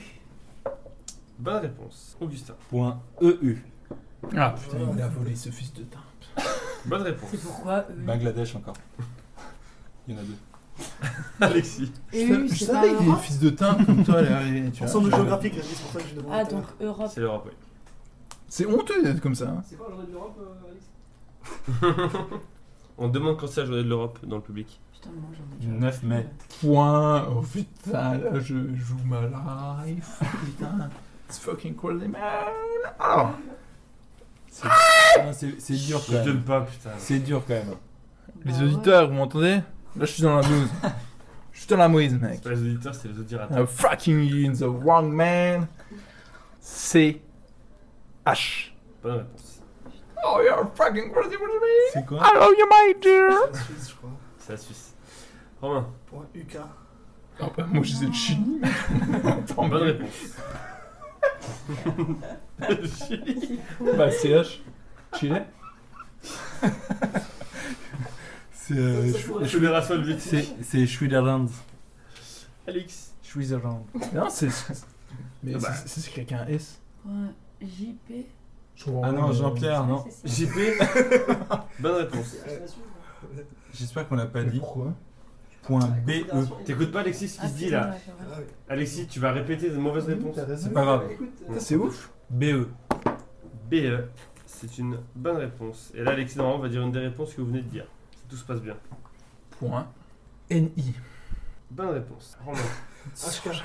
Bonne réponse. Augustin. Point EU. Ah, Putain, il a volé ce fils de teint. Bonne réponse. C'est pourquoi Bah, E. Bangladesh encore. [laughs] Il y en a deux. Alexis. Et Je U, c'est pas savais que les Europe. fils de teint comme toi allaient arriver, tu vois. Ensemble géographique, là, c'est pour ça que je demande. Ah, donc Europe. C'est l'Europe, oui. C'est honteux d'être comme ça. hein. C'est quoi le de l'Europe, euh, Alex On demande quand c'est la journée de l'Europe dans le public. Putain, moi j'en ai Du déjà. 9 mai. Point. Oh putain, là je joue ma life. Putain. It's fucking crazy man. Oh. Ah, c'est c'est dur quand Je même. donne pas, putain. C'est dur quand même. Bah Les ouais. auditeurs, vous m'entendez Là je suis dans la news. je suis dans la mouise, mec. C'est pas les auditeurs, c'est les Ah audiratas. I'm fucking you in the wrong man. C. H. Bonne réponse. Oh, you're fucking crazy with me. C'est quoi I love you, my dear. La Suisse, je crois. C'est la Suisse. Romain. Point UK. Ah bah, moi je disais le Chili, mais. Tant Bonne mieux. [laughs] réponse. Bah, CH. Chile. c'est. Euh, Je les rassole vite. c'est- c'est Schwederland. Alix. Switzerland. Non, c'est. Mais Ah bah. c'est- c'est écrit avec un S. Point JP. Je comprends Ah pas, non, mais- Jean-Pierre, non. C'est ça. JP. [laughs] Bonne réponse. Ah, J'espère qu'on l'a pas dit. Pourquoi Point E. E. BE. T'écoutes pas Alexis ce qui Ah, se c'est dit bon, là ouais, c'est vrai. Ah oui. Alexis, tu vas répéter des mauvaises réponses. C'est pas grave. euh, E. Ça, C'est ouf. BE. BE, E, c'est une bonne réponse. Et là, Alexis, normalement, va dire une des réponses que vous venez de dire. Si tout se passe bien. Point. NI. Bonne réponse. [laughs] Romain. HK.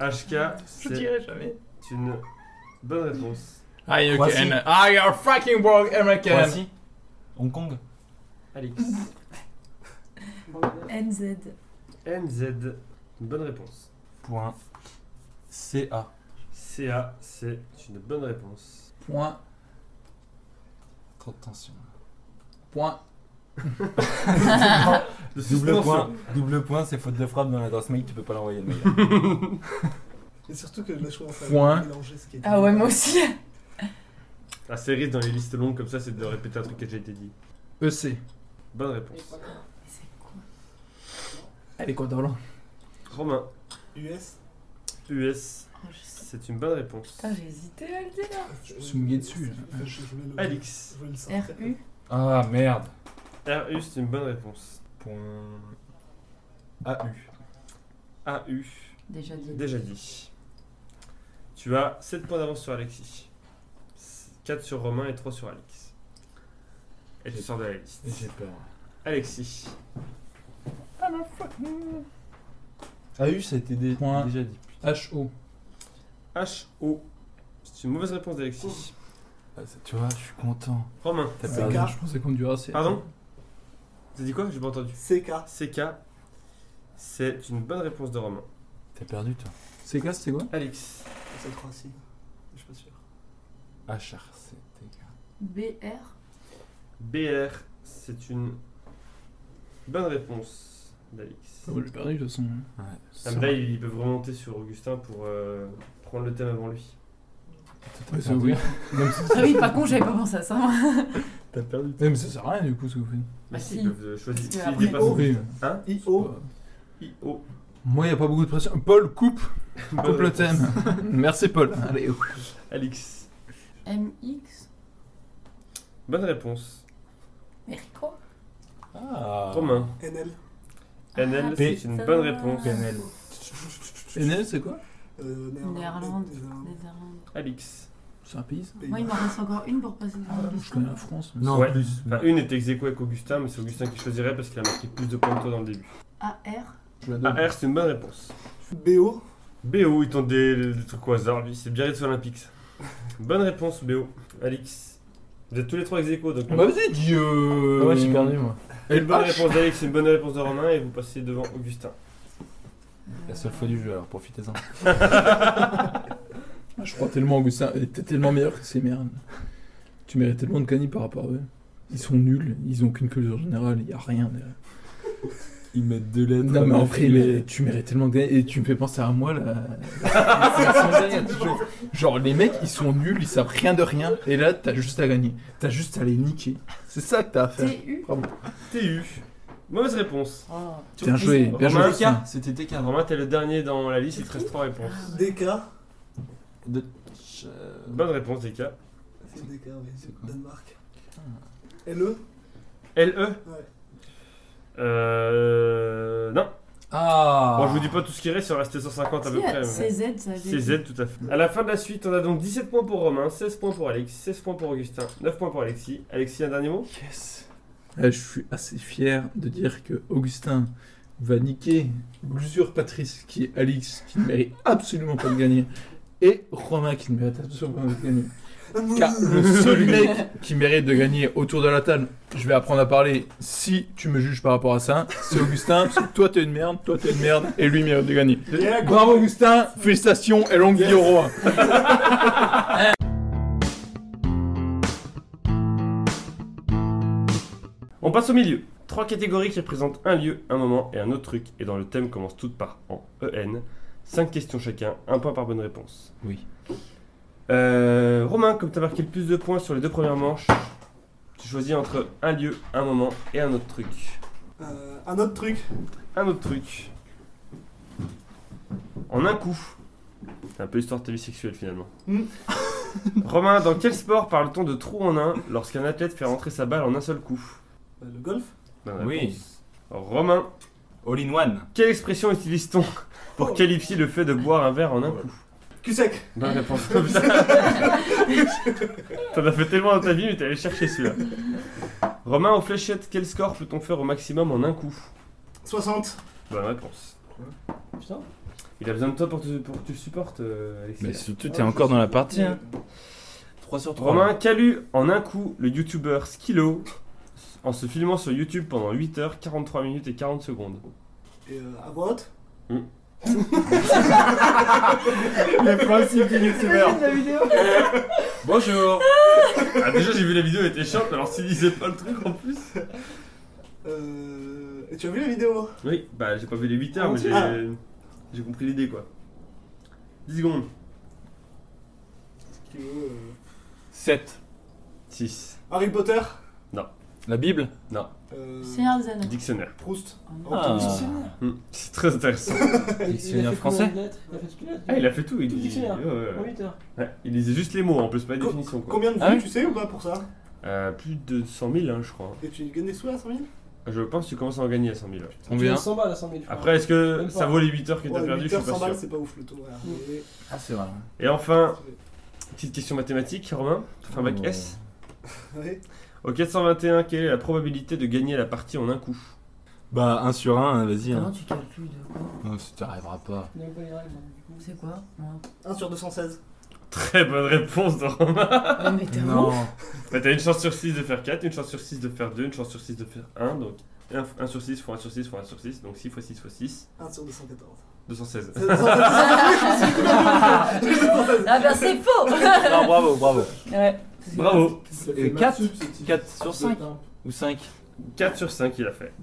HK, Je c'est dirais jamais. une bonne réponse. Ah, I you Croatie. can. I you fucking work American. Croatie. Hong Kong. Alix. NZ. NZ, bonne réponse. Point CA. CA, c'est une bonne réponse. Point. Trop de tension. Point. De Double suspension. point, double point, c'est faute de frappe dans l'adresse mail, tu peux pas l'envoyer le mail. Et surtout que je commence à Point. mélanger ce qui est dit. Ah ouais, moi aussi. Ah, c'est risque dans les listes longues comme ça, c'est de répéter un truc qui a déjà été dit. EC. Bonne réponse. C'est con. Elle est contrôlante. Romain, US. US, Oh, je sais. c'est une bonne réponse. Putain, j'ai hésité à le dire. Je me suis mouillé dessus, là. Je- je voulais le- Alix, je voulais le sortir. RU. [laughs] Ah merde. RU, c'est une bonne réponse. Point AU. AU, Déjà dit. déjà dit. Tu as 7 points d'avance sur Alexis, 4 sur Romain et 3 sur Alix. Et tu sors de la liste. J'ai peur. Alexis, AU, Ah ça a été dé- Point. déjà dit. HO. HO, c'est une mauvaise réponse d'Alexis. Ah, ça- tu vois, je suis content. Romain, T'as C'est perdu. grave. Ah, Je pensais qu'on me dirait c'est. pardon T'as dit quoi J'ai pas entendu. CK. CK, c'est une bonne réponse de Romain. T'as perdu, toi. C'est quoi, c'était quoi Alix, C'est le Croatie. Je suis pas sûr. Ah, HRC. BR. BR, c'est une bonne réponse d'Alix. Ah ouais, J'ai perdu de toute façon. Ah, mais là, ils peuvent remonter sur Augustin pour euh, prendre le thème avant lui. Ouais, c'est oui. Ah oui, pas con, j'avais pas pensé à ça. moi. T'as perdu Ouais, Eh, Mais ça sert à rien du coup ce que vous faites. Mais Ah, si, si. ils peuvent euh, choisir. Parce que S'ils après- dépassent Oh. Oui. Hein IO. IO. Moi, y a pas beaucoup de pression. Paul, coupe, Bonne coupe le réponse. [laughs] thème. Merci, Paul. Allez, oh. ouf. Alix, MX. bonne réponse. Merico. Ah. Romain, NL. NL, Ah, c'est putain. une bonne réponse. PNL. NL, c'est quoi Euh, Néerlande. Néerlande. Néerlande. Euh, Néerlande. Alix. C'est un pays ça Ah, Moi, il m'en reste encore une pour passer dans le Je connais la France. mais Non, Ouais. plus. Enfin, une est ex aequo avec Augustin, mais c'est Augustin qui choisirait parce qu'il a marqué plus de points que toi dans le début. AR. Je l'adore. AR, c'est une bonne réponse. BO. BO, il tente des, des trucs au hasard, lui. C'est Biarritz Olympique, ça. Bonne réponse, BO. Alix. Vous êtes tous les trois ex aequo, donc. On m'avait dit. Bah, Ah Euh... Ah Ouais, j'ai perdu, moi. Et une bonne réponse d'Alix, une bonne réponse de Romain, et vous passez devant Augustin. [laughs] La seule fois du jeu, alors profitez-en. Ah, Je crois tellement, Augustin, euh, t'es tellement meilleur que ces merdes. Tu mérites tellement de canis par rapport à eux. Ils sont nuls, ils ont aucune culture générale, il a rien derrière. Ils mettent deux lettres. Non, mais en vrai, mais tu mérites tellement de gagner. Et tu me fais penser à moi, là. [laughs] Genre, genre, les mecs, ils sont nuls, ils savent rien de rien. Et là, t'as juste à gagner. T'as juste à les niquer. C'est ça que t'as à faire. TU. TU. Mauvaise réponse. Ah. Bien joué, bien joué. Romain, Augustin. C'était TK. Romain, t'es le dernier dans la liste, il te reste 3 réponses. DK. De... Bonne réponse, DK. C'est DK, C'est oui. quoi Danemark. LE LE Ouais. E. Euh. Non. Ah. Bon, je vous dis pas tout ce qui reste, il en restait 150 à peu près. mais- CZ, ça [laughs] C'est Z tout à fait. À la fin de la suite, on a donc 17 points pour Romain, 16 points pour Alex, 16 points pour Augustin, 9 points pour Alexis. Alexis, un dernier mot Yes. Euh, je suis assez fier de dire que Augustin va niquer l'usure Patrice, qui est Alix, qui ne mérite absolument pas de gagner. Et Romain, qui ne mérite absolument pas de gagner. Car le [laughs] seul mec qui mérite de gagner autour de la table, je vais apprendre à parler si tu me juges par rapport à ça, c'est Augustin, parce que toi t'es une merde, toi t'es une merde, et lui mérite de gagner. Bravo Augustin, félicitations et longue vie au roi. On passe au milieu. Trois catégories qui représentent un lieu, un moment et un autre truc, et dans le thème commence toutes par en EN. 5 questions chacun, un point par bonne réponse. Oui. Euh, Romain, comme t'as marqué le plus de points sur les deux premières manches, tu choisis entre un lieu, un moment et un autre truc. [laughs] Euh, un autre truc. Un autre truc. En un coup. C'est un peu l'histoire de ta vie sexuelle finalement. [laughs] Mm. Romain, dans quel sport parle-t-on de trou en un lorsqu'un athlète fait rentrer sa balle en un seul coup Euh, le golf. Bonne Oui. réponse. Romain, All in one. quelle expression utilise-t-on pour qualifier le fait de boire un verre en un coup Cul sec. Bonne réponse. T'en as fait tellement dans ta vie, mais t'es allé chercher celui-là. Romain, aux fléchettes, quel score peut-on faire au maximum en un coup 60. Bonne réponse. Putain. Il a besoin de toi pour, te- pour que tu le supportes, euh, Alexis. Mais surtout, t'es encore dans la partie. Hein. 3 sur 3. Romain Calu, en un coup, le youtubeur Skilo, en se filmant sur YouTube pendant 8 h 43 minutes et 40 secondes. Et euh, à voix haute. Bonjour. Ah, déjà, j'ai vu la vidéo, elle était chiante, alors s'il disait pas le truc en plus. Euh, et tu as vu la vidéo Oui, bah j'ai pas vu les 8 Ah, heures, mais j'ai ah. j'ai compris l'idée quoi. 10 secondes. Qui est où, euh, 7. 6. Harry Potter. La Bible. Euh, Seigneur des Mmh. Anneaux. Oh, Dictionnaire. Proust. Ah. Hmm, C'est très intéressant. Dictionnaire français. Il a fait combien de lettres Il a fait toutes les lettres Ah, il a fait tout, il Tout le dictionnaire. Ouais, ouais, ouais. En 8 hein. heures. Ouais, il lisait juste les mots en plus, pas les Co- définitions quoi. Combien de vues Ah oui tu sais ou pas pour ça Euh, plus de 100 000, hein, je crois. Et tu gagnes des sous à 100 000 Je pense que tu commences à en gagner à 100 000. ouais. Combien 100 balles à 100 000 francs. Après, est-ce que Même ça pas. vaut les 8 heures que t'as Ouais, perdu 8 Je heures, suis 100 pas balles, sûr. c'est pas ouf le taux. horaire, mais- [laughs] Ah, c'est vrai. Et enfin, petite question mathématique, Romain. T'as fait un bac Oh. S. Ouais. Au 421, quelle est la probabilité de gagner la partie en un coup [laughs] Bah, 1 sur 1, vas-y. Comment Hein. tu calcules de quoi Non, ça t'arrivera pas. Il n'y a même pas les règles, hein, du coup. C'est quoi 1 sur 216. Très bonne réponse de Romain. Ouais, mais [laughs] t'es Non. Bah, t'as une chance sur 6 de faire 4, une chance sur 6 de faire 2, une chance sur 6 de faire 1. Donc 1, sur 6 fois 1 sur 6 fois 1 sur 6. Donc 6 fois 6 fois 6. 1 sur 214. [laughs] 216. Ah ben c'est [laughs] faux Non, bravo, bravo. Ouais. Bravo Et 4 4 sur 5 Ou 5 4 sur 5 il a fait. Mm.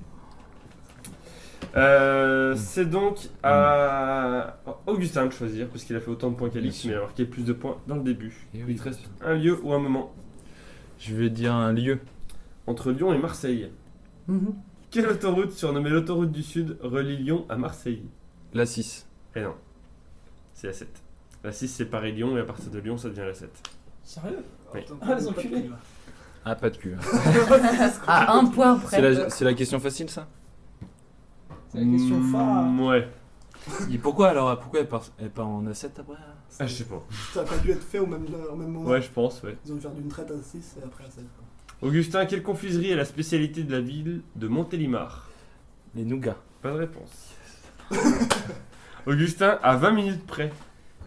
Euh, c'est donc à Augustin de choisir, puisqu'il a fait autant de points Bien qu'Alix, sûr. mais il a marqué plus de points dans le début. Eh Il oui. te reste un lieu ou un moment Je vais dire un lieu. entre Lyon et Marseille. Mhm. Quelle autoroute surnommée l'autoroute du Sud relie Lyon à Marseille La 6. Eh non, c'est la 7. La 6 c'est Paris-Lyon et à partir de Lyon ça devient la 7. Sérieux Oui. Ah, les enculés. Ah, pas de cul. À un point C'est près. euh, la, c'est la question facile, ça C'est la question Hmm. phare. hein. Mm, Ouais, Et pourquoi alors euh, Pourquoi elle part, elle part en A7 après Ah, je sais pas. Ça a pas dû être fait au même, euh, au même moment. Ouais, je pense, ouais. Ils ont dû faire d'une traite à 6 et après à 7. Augustin, quelle confiserie est la spécialité de la ville de Montélimar Les nougats. Pas de [laughs] réponse. Augustin, à 20 minutes près,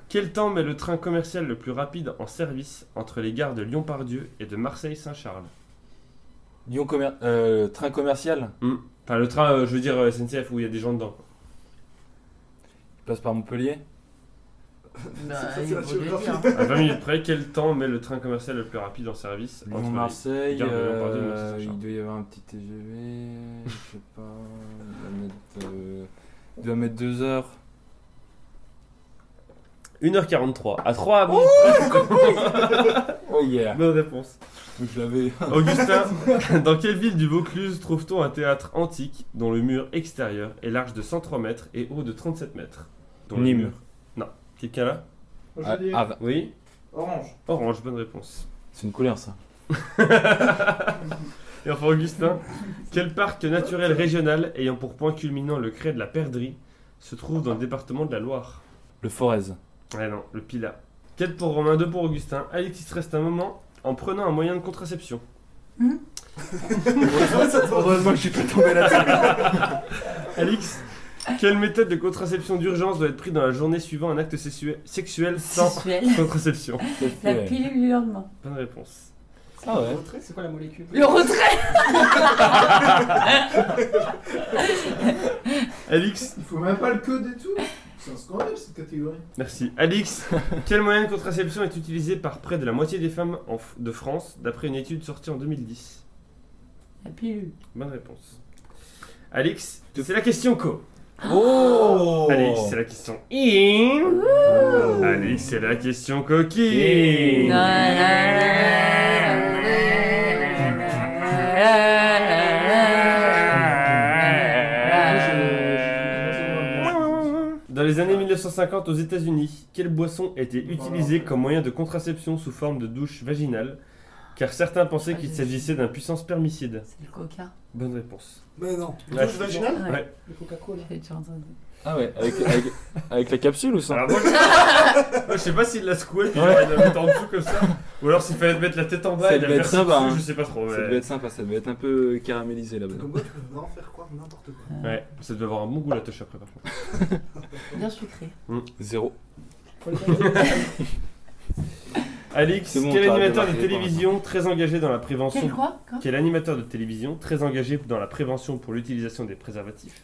quel temps met le train commercial le plus rapide en service entre les gares de Lyon-Pardieu et de Marseille-Saint-Charles Lyon commer- euh, train commercial. Enfin, le train, euh, je veux dire euh, SNCF, où il y a des gens dedans. Il passe par Montpellier. Bah, [laughs] c'est il la vaut des géographie. liens. hein. À 20 minutes près, quel temps met le train commercial le plus rapide en service entre Lyon-Marseille, Gare de Lyon-Pardieu, euh, Lyon-Saint-Charles. il doit y avoir un petit TGV, je sais pas, il doit mettre, euh, il doit mettre deux heures. 1h43. À 3 à Oh yeah Ah, Bonne réponse. Donc je l'avais... Augustin, [laughs] dans quelle ville du Vaucluse trouve-t-on un théâtre antique dont le mur extérieur est large de 103 mètres et haut de 37 mètres Dont le Nîmes. mur- Non. Quelqu'un là Ah, ah, bah, Oui. Orange. Orange, bonne réponse. c'est une couleur ça. Et enfin Augustin, quel parc naturel régional ayant pour point culminant le crêt de la Perdrix se trouve dans le département de la Loire Le Forez. Ah non, le Pila. 4 pour Romain, 2 pour Augustin. Alexis reste un moment en prenant un moyen de contraception. Heureusement que je suis pas tombé là-dessus. Alix, quelle méthode de contraception d'urgence doit être prise dans la journée suivant un acte sexu- sexuel sans Sensuel. contraception La pilule du lendemain. Bonne réponse. Ah ouais C'est quoi la molécule Le retrait Alix, Il faut même pas le code et tout. C'est un scandale cette catégorie. merci. Alix, quel moyen de contraception est utilisé par près de la moitié des femmes en F- de France d'après une étude sortie en 2010 La pilule. Bonne réponse. Alix, c'est la question co. Oh Alix, c'est la question in. Alix, c'est la question coquine. La pilule. Dans les années 1950 aux États-Unis, quelle boisson était utilisée comme moyen de contraception sous forme de douche vaginale Car certains pensaient qu'il s'agissait d'un puissant spermicide. C'est le coca. Bonne réponse. Mais non. Ouais. Douche vaginale Ouais. Ouais. Le Coca-Cola. J'ai déjà entendu. Ah ouais, avec, avec, avec la capsule ou sans Alors Ah, moi, je- moi, je sais pas s'il l'a secoué puis il Ouais. la mettre en dessous comme ça, ou alors s'il fallait mettre la tête en bas Ça et la devait faire être sympa, sous, hein. je sais pas trop. Ça mais- devait être sympa, ça devait être un peu caramélisé là-bas. Comme quoi, tu peux vraiment faire croire n'importe quoi. Hein Ouais, ça devait avoir un bon goût la touche après par contre. Bien sucré. Zéro. Alix, C'est bon, quel t'as animateur de démarqué, télévision très engagé dans la prévention Quel quoi quoi Quel animateur de télévision très engagé dans la prévention pour l'utilisation des préservatifs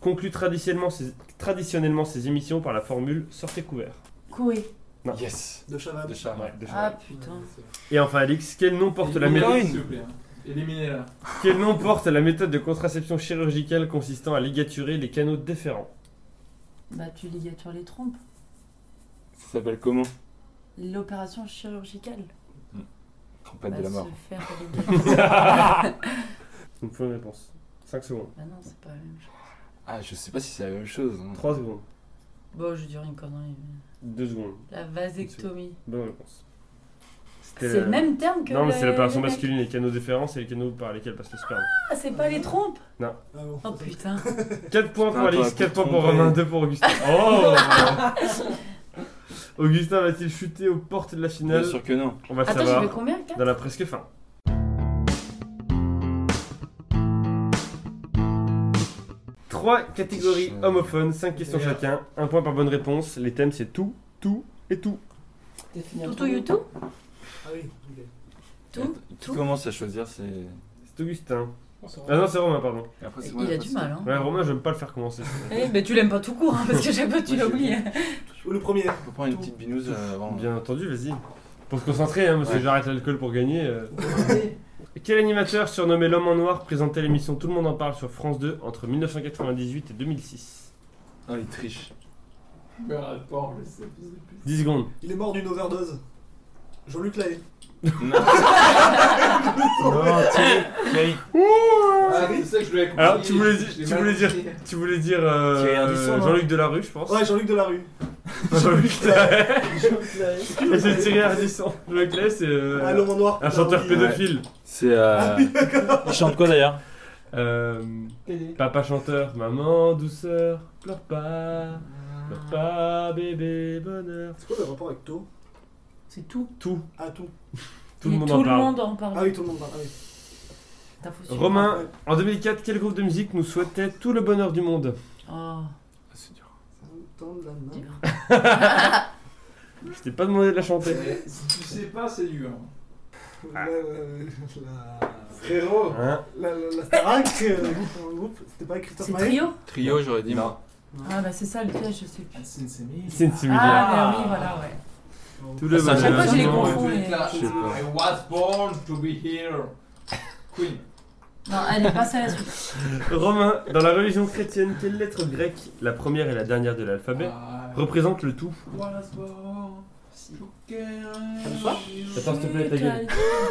conclut traditionnellement ses, traditionnellement ses émissions par la formule sortez couvert. Coué. Non. Yes De Chavannes. De charme. Ouais, déjà. Ah putain. Et enfin Alix, quel nom porte la Éliminez-la, méthode une. S'il vous plaît. hein. Éliminez-la. quel nom porte la méthode de contraception chirurgicale consistant à ligaturer les canaux déférents Bah tu ligatures les trompes. Ça s'appelle comment L'opération chirurgicale. Trompette Bah, de la mort. Se faire [laughs] ligaturer. Bah Vous me faut une réponse. 5 secondes. bah non, c'est pas la même chose. Ah, je sais pas si c'est la même chose. hein. 3 secondes. Bon, je dirais une connerie. mais- 2 secondes. La vasectomie. Bonne réponse. C'était C'est la- le même terme que Non, mais le- c'est l'opération le mec. masculine, les canaux déférents, c'est les canaux par lesquels passe le sperme. Ah, c'est pas les trompes Ah bon. Oh putain. 4 points pour Putain, Alix, t'aurais 4 pu points te pour tromper. Romain, 2 pour [laughs] Augustin. Oh Augustin va-t-il chuter aux portes de la Bien finale sûr que non. On va le Attends, j'ai savoir fait combien quatre dans la presque fin. Trois catégories homophones, 5 questions Merde. chacun, un point par bonne réponse. Les thèmes c'est tout, tout et tout. Définir Toutou youtou Ah oui, ok. Tout Tu commences à choisir, c'est. C'est Augustin. On s'en Ah rend non, c'est Romain, pardon. Et après, c'est moi, Il a après, du c'est- mal, hein. Ouais, Romain, je veux pas le faire commencer. Eh, mais tu l'aimes pas tout court, hein, parce que chaque fois tu Ouais, l'oublies. Ou Oh, le premier. On peut prendre une petite binouse euh, avant. Bien entendu, vas-y. Pour se concentrer, hein, parce que Ouais. j'arrête l'alcool pour gagner. euh. Quel animateur surnommé L'Homme en Noir présentait l'émission Tout le monde en parle sur France 2 entre 1998 et 2006 Ah, il [laughs] triche. Bernard Laporte, je sais, je sais plus. 10 secondes. Il est mort d'une overdose. Jean-Luc Lahaye. Non. Non, Thierry, Thierry. Ah, c'est ça que je voulais accompagner, Alors, tu voulais dire- je l'ai tu mal voulais dire- compris. Tu voulais dire euh, Thierry Ardisson, non Jean-Luc Delarue, je pense. [laughs] Ouais, Jean-Luc Delarue. Pas Jean-Luc Delarue. compte. Et c'est Thierry Ardisson. Le clé, c'est [laughs] euh, Ah, l'homme en noir. un chanteur Oui. pédophile. C'est. Euh... Il chante quoi d'ailleurs Euh, Télé. papa chanteur, maman douceur, pleure pas, hein. pleure pas, bébé bonheur. C'est quoi le rapport avec tout C'est tout. Tout, Ah, tout. tout Et le monde en parle. en parle. Ah oui, tout le monde parle. Ah oui. Putain, faut suivre. Romain, en 2004, quel groupe de musique nous souhaitait tout le bonheur du monde Oh, c'est dur. Dans la main. dur. Je t'ai pas demandé de la chanter. Mais Si tu sais pas, c'est dur. Ah. La- euh, la- Frérot Hein La la- la Starac, euh, dans le groupe, c'était pas Christophe C'est Maé trio Trio, j'aurais dit. moi. Ah bah c'est ça le piège, je sais plus. Ah, c'est c'est mille. C'est une similaire. Ah, mais oui, voilà, ouais. Tout le Ça, À chaque bonheur. fois, je les non, confonds. ouais. mais- Je sais pas. I was born to be here. Queen. Non, allez, passe à la suite. Romain, dans la religion chrétienne, quelle lettre grecque, la première et la dernière de Ah l'alphabet, ben. représente le tout Was born to Alpha Attends, s'il te plaît, ta gueule.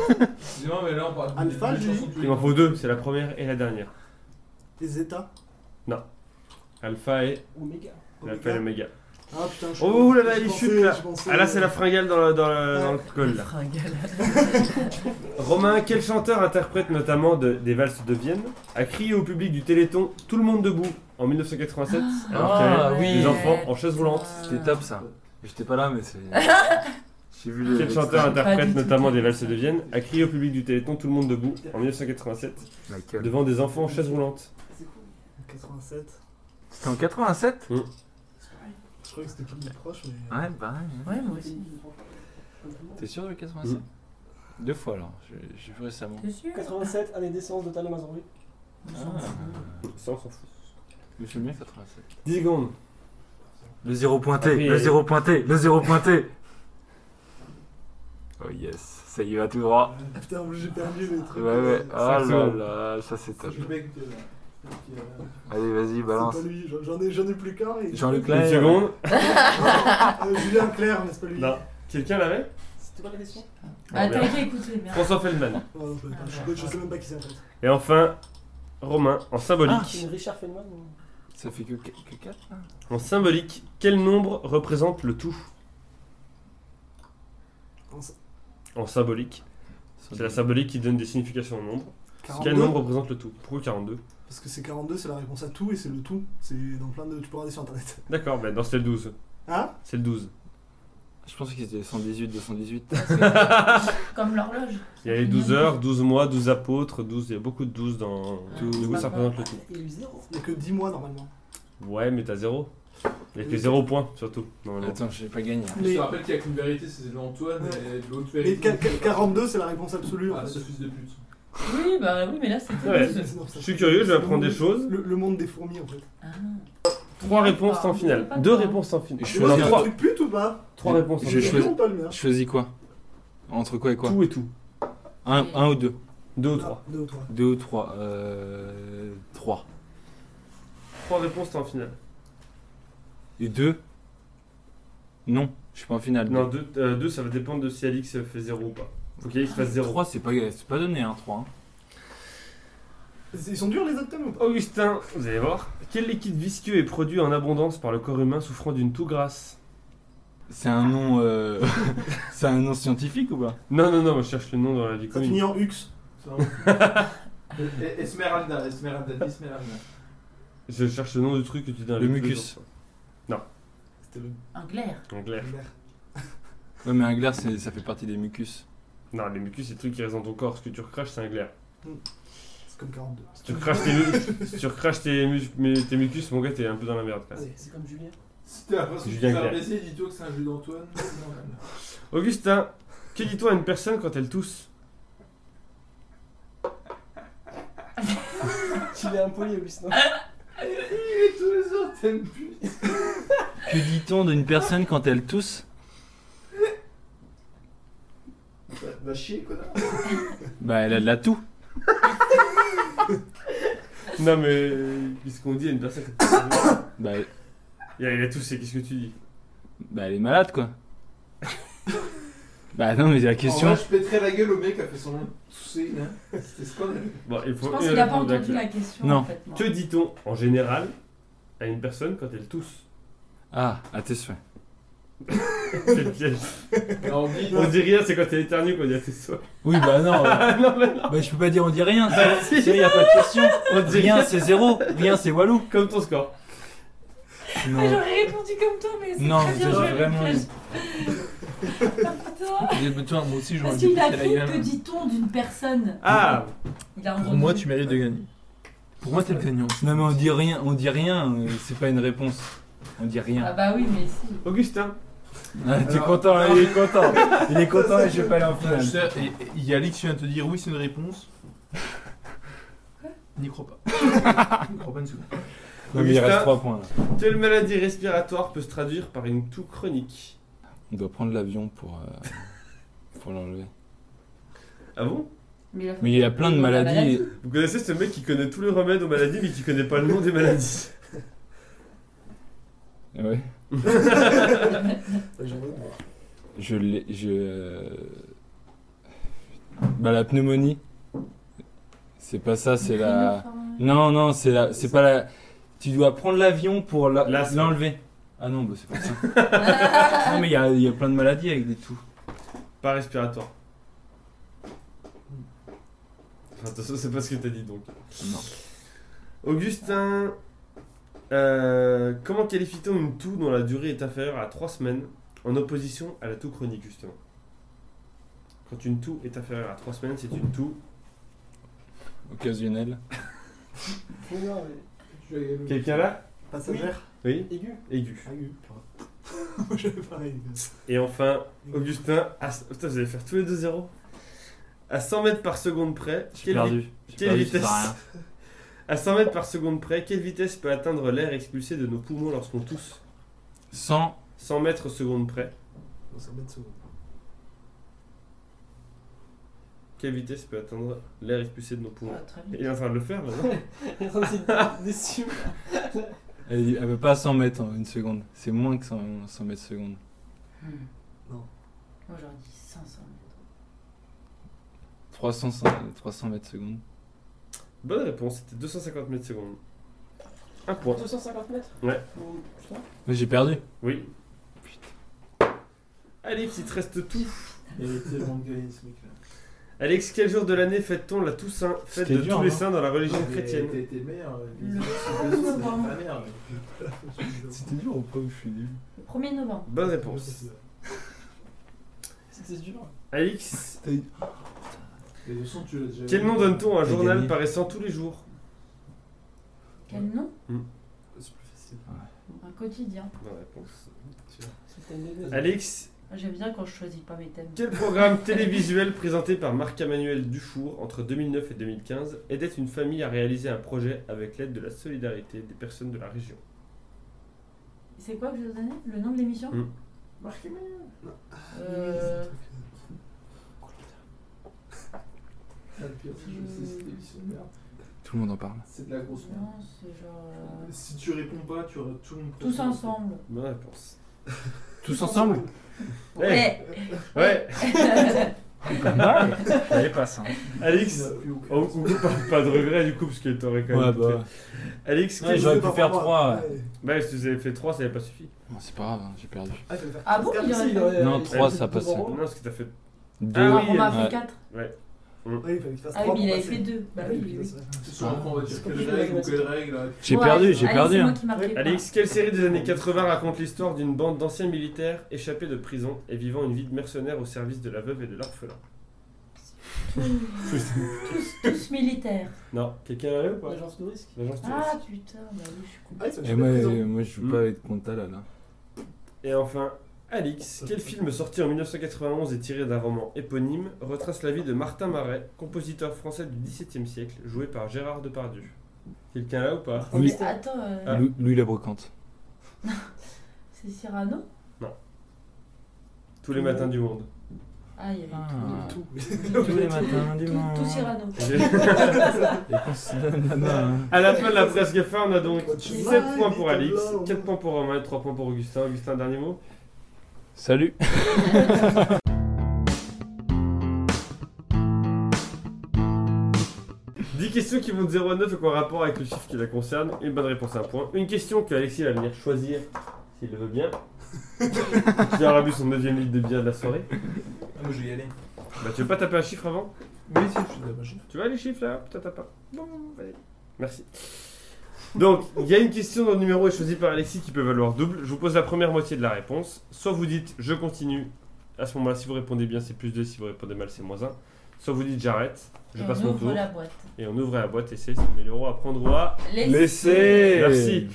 Excusez-moi, mais là on parle Alpha, des j'ai- chansons Il m'en faut deux, c'est la première et la dernière. Les états. Alpha et Oméga. Alpha et Omega. Ah putain, je Oh là là, je il pensais- chute, là. je pensais- Ah là, c'est la fringale dans, le- dans le- dans le col. Là. Fringale. Romain, quel chanteur interprète notamment de- des valses de Vienne a crié au public du Téléthon Tout le monde debout en 1987 alors qu'il y avait Ah oui. des enfants en chaise roulante C'était top ça. J'étais pas là, mais [laughs] c'est. J'ai vu le. Quel l'extrait. chanteur Mmh. Pas du interprète tout. notamment des valses de Vienne a crié au public du Téléthon Tout le monde debout en 1987 Michael. devant des enfants en chaise roulante euh, 87. C'était en 87 Je croyais que c'était plus proche, mais. Ouais, bah ouais. Ouais, moi aussi. T'es sûr de 87 Hmm. Deux fois là, j'ai- j'ai vu récemment. T'es sûr 87, année des séances de Tana Mazorbi. Ça, on s'en fout. Mais je bien 87. 10 secondes. Le zéro pointé, Après- le zéro pointé, le zéro pointé Oh yes, ça y va tout droit. Ah, Putain, j'ai perdu mes Ouais, trucs. ouais, C'est ah là secondes. là, ça c'est top. le mec, euh, qui, euh, Allez, vas-y, balance. C'est pas lui, j'en- j'en ai, j'en ai plus qu'un. et- Jean-Luc Une Lahaye. seconde. Euh, Julien Clerc, mais c'est pas lui. Non. Quelqu'un l'avait C'était quoi la question Ah, t'as qu'à écouter, merde. François Feldman. Oh, non, je, je- je sais même pas qui c'est en fait. Et enfin, Romain, en symbolique. Une Richard Feynman ou- Ça fait que 4 là Ah. En symbolique, quel nombre représente le tout En sy- En symbolique. C'est la symbolique qui donne des significations au nombre. 42. Quel nombre représente le tout Pourquoi 42 Parce que c'est 42, c'est la réponse à tout et c'est le tout. C'est dans plein de. Tu peux regarder sur internet. D'accord, mais non, c'est le 12. Hein C'est le 12. Je pense que c'était 118, 218. Parce que- Comme l'horloge. Il y a les 12 heures, 12 mois, 12 apôtres, 12. Il y a beaucoup de 12 dans. Tout- Du coup, ça représente le tout. Il y a eu zéro. Il y a que 10 mois normalement. Ouais, mais t'as 0. Il y a que 0 points, surtout. normalement. Attends, j'ai pas gagné. hein. Je Mais, te rappelle qu'il y a qu'une vérité, c'est l'Antoine et l'autre mais vérité. qua- qua- 42, c'est la réponse absolue en Ah, fait. ce fils de pute. Oui, bah oui, mais là, c'était. Ouais. C'est- c'est- non, ça- Je suis curieux, je vais apprendre des choses. Le, le monde des fourmis en fait. Ah. Trois réponses en finale. Pas de Deux temps. réponses en finale. Je Tu fais Non, vois, c'est un trois. truc pute ou pas Trois réponses en Je Je finale. choisis- pas le maire. Je choisis quoi Entre quoi et quoi Tout et tout. un, un ou deux Deux ou Ah, trois. Deux ou trois. Deux ou trois Euh. Trois. Trois réponses, t'es en finale. Et deux Non, je suis pas en finale. Non, deux, euh, deux, ça va dépendre de si Alix fait 0 ou pas. Faut qu'Alix fasse 0. 3, c'est pas, c'est pas donné, hein, 3. Ils sont durs les autres thèmes ou pas Augustin, vous allez voir. Quel liquide visqueux est produit en abondance par le corps humain souffrant d'une toux grasse C'est un nom. euh, [laughs] c'est un nom scientifique ou pas Non, non, non, on cherche le nom dans la vie Ça commune. finit en UX. Et- et- Esmeralda, Esmeralda, Esmeralda. Je cherche le nom du truc que tu dis dans Le les deux mucus. jours. C'était le Un glaire. En clair. maire. Ouais, mais un glaire, c'est- ça fait partie des mucus. Non, les mucus, c'est le truc qui reste dans ton corps. Ce que tu recraches, c'est un glaire. C'est comme 42. Si tu recraches tes, mu- [laughs] si tu recraches tes, mu- mais- tes mucus, mon gars, t'es un peu dans la merde. quand même. C'est comme Julien. Si t'as l'impression que tu Julien te fais Clerc. rabaisser, dis-toi que c'est un jeu [laughs] d'Antoine. c'est normal. Augustin, que dit-on à une personne quand elle tousse Tu l'as impoli, Augustin. Et tous les autres, t'aimes plus. Que dit-on d'une personne quand elle tousse Va- Va chier, connard. Bah, elle a de la toux. Non, mais. Qu'est-ce qu'on dit à une personne quand elle tousse [coughs] Bah, elle- Il a, il a toussé, qu'est-ce que tu dis bah, elle est malade, [laughs] quoi. bah, non, mais la question. En vrai, je péterais la gueule au mec qui a fait son nom tousser. hein. C'était scandaleux. Bon, il faut Je pense une qu'il a pas réponse entendu d'accord. la question. Non. En fait, moi. Que dit-on en général à une personne quand elle tousse Ah, à tes souhaits. C'est le piège. Et on dit- On dit rien, c'est quand elle éternue qu'on dit à tes souhaits. Oui, bah, non. euh, non, mais non. bah, je peux pas dire on dit rien. Il y a pas de question. On dit Rien, rien, c'est zéro. Rien, c'est Walou. comme ton score. Ah, Non. J'aurais répondu comme toi, mais c'est Non, très bien vous avez joué, vraiment très- eu. Ah, putain. Toi, moi aussi, Parce qu'il a dit que dit-on d'une personne Ah Il a Pour moi, tu mérites de gagner. Pour moi, t'es le gagnant. Non, mais on dit rien, on dit rien, euh, c'est pas une réponse. On dit Ah rien. bah oui, mais si. Augustin Ah, t'es Alors- content, hein, il est content. Il est content et je vais pas aller en Je finale. sais, et- et Il y a Alix qui vient de te dire oui, c'est une réponse. N'y crois pas. N'y crois pas une seconde. Non, mais il reste Augustin, 3 points là. Quelle maladie respiratoire peut se traduire par une toux chronique On doit prendre l'avion pour, euh, [laughs] pour l'enlever. Ah bon Mais Mais il y a plein de maladies. Vous connaissez ce mec qui connaît tous les remèdes aux maladies mais qui connaît pas le nom des maladies et- Ah Ouais. J'en ai marre. Je l'ai. Je. euh, Bah, la pneumonie. C'est pas ça, c'est la. Non, non, c'est la... c'est pas la. Tu dois prendre l'avion pour la- L'asthme. l'enlever. Ah non, bah, c'est pas ça. non, mais il y a, il y a plein de maladies avec des toux. Pas respiratoire. Enfin, attention, c'est pas ce que t'as dit donc. Non. Augustin, euh, comment qualifie-t-on une toux dont la durée est inférieure à 3 semaines en opposition à la toux chronique justement Quand une toux est inférieure à 3 semaines, c'est une toux Occasionnel. Mais non, mais. Je vais- Quelqu'un là Passagère Oui Aigu. Aiguë. Ah, oui, [laughs] putain. Moi j'avais pareil. Et enfin, Augustin, à... Putain, vous allez faire tous les deux zéros. À 100 mètres par seconde près, J'ai quelle perdu. J'ai quelle perdu, ça sert vitesse à rien. À 100 mètres par seconde près, quelle vitesse peut atteindre l'air expulsé de nos poumons lorsqu'on tousse Sans. 100 mètres seconde près, On s'en met sous. quelle vitesse peut atteindre l'air expulsé de nos poumons Ah, Très Il est en train de le faire là, non Il est en train de se déçu. Elle, elle veut pas s'en mettre en une seconde. C'est moins que 100, 100 mètres seconde. Hmm. Moi j'aurais dit 500 mètres. 300, 300 mètres seconde. Bonne réponse, c'était 250 mètres seconde. Un point. 250 mètres Ouais. Oh, putain. Mais j'ai perdu. Oui. Alex, il te reste tout. Il est tellement gueulé ce mec là. Alex, quel jour de l'année fête-t-on la Toussaint Fête C'était de dur, hein. tous les non saints dans la religion chrétienne. T'es mère. Le- C'était dur au premier, je suis nul. Le 1er novembre. Bonne réponse. C'est c'est dur. Alex, Les leçons, tu l'as déjà. quel nom donne-t-on à un T'as journal gagné. paraissant tous les jours Quel nom Euh, C'est plus facile. Un quotidien. Bonne réponse. C'est le bébé. Alex, Moi, J'aime bien quand je choisis pas mes thèmes. Quel programme télévisuel présenté par Marc-Emmanuel Dufour entre 2009 et 2015 aidait une famille à réaliser un projet avec l'aide de la solidarité des personnes de la région C'est quoi que je vous donnais Le nom de l'émission Hmm. Euh, Ah, le pire, c'est que je sais cette émission de merde. Tout le monde en parle. C'est de la grosse merde. Non, c'est genre. euh, Si tu réponds pas, tu auras tout le monde. Tous ensemble. Bonne réponse. Tous ensemble Ouais. Ouais Allez, passe. Hein. Tu Alex n'as plus aucun. Oh, ou- ou pas, pas de regret du coup, parce que t'aurais quand même. bah. fait. Alex, Ouais, quel... j'aurais pu Pas pour faire moi. trois, Ouais. bah, si vous avez fait 3, ça n'avait pas suffi. Bon, c'est pas grave, hein, j'ai perdu. Ah, tu veux faire Ah bon il y aurait Si, il fait- aurait- Non, il trois, aurait ça fait deux passe. euros. Non, parce que t'as fait. Deux. Alors on m'a Eh Ouais. fait 4. Ouais, il fallait que tu fasses Ah oui, trois mais il pour avait passer. fait 2. Bah oui, oui, oui. C'est sûr, après, on va dire C'est quelle compliqué, règle ou la quelle règle. J'ai Ouais, perdu, j'ai allez, perdu. C'est hein. moi qui marquais pas. Alex, quelle série des années 80 raconte l'histoire d'une bande d'anciens militaires échappés de prison et vivant une vie de mercenaire au service de la veuve et de l'orphelin Tous, tous militaires. Non, quelqu'un l'a eu ou pas L'agence de risque. L'agence touriste. Ah putain, bah oui, je suis con. Ah, ils sont Et sur moi, la prison. euh, moi, je joue Hmm. pas avec Conta là. là. Et enfin, Alix, quel film sorti en 1991 et tiré d'un roman éponyme retrace la vie de Martin Marais, compositeur français du XVIIe siècle, joué par Gérard Depardieu Quelqu'un là ou pas Oui. Mais Attends, euh, Ah. Lou- Louis la brocante. c'est Cyrano Tous les matins du monde. [laughs] Ah, il y avait Ah. Tout. [laughs] Tous les matins du tout, monde. tout Cyrano. Et qu'on se donne la main. à la fin de la presque fin, on a donc Tu 7 m'as points dit pour de Alix, là, on- 4 points pour Romain, 3 points pour Augustin. Augustin, dernier mot Salut. Dix questions qui vont de 0 à 9 et qui ont un rapport avec le chiffre qui la concerne. Une bonne réponse, un point. Une question que Alexis va venir choisir s'il le veut bien. Qui aura bu son deuxième litre de bière de la soirée. Ah, moi, je vais y aller. Bah, tu veux pas taper un chiffre avant Mais si, je suis de la machine. Tu vois les chiffres là Putain, t'as pas. Bon, allez. Merci. Donc, il y a une question dont le numéro est choisi par Alexis qui peut valoir double. Je vous pose la première moitié de la réponse. Soit vous dites je continue. À ce moment-là, si vous répondez bien, c'est plus 2. Si vous répondez mal, c'est moins 1. Soit vous dites j'arrête, je Et passe on mon ouvre tour. la boîte. Et on ouvre la boîte et c'est 1000 euros à prendre ou à Laissez. Merci.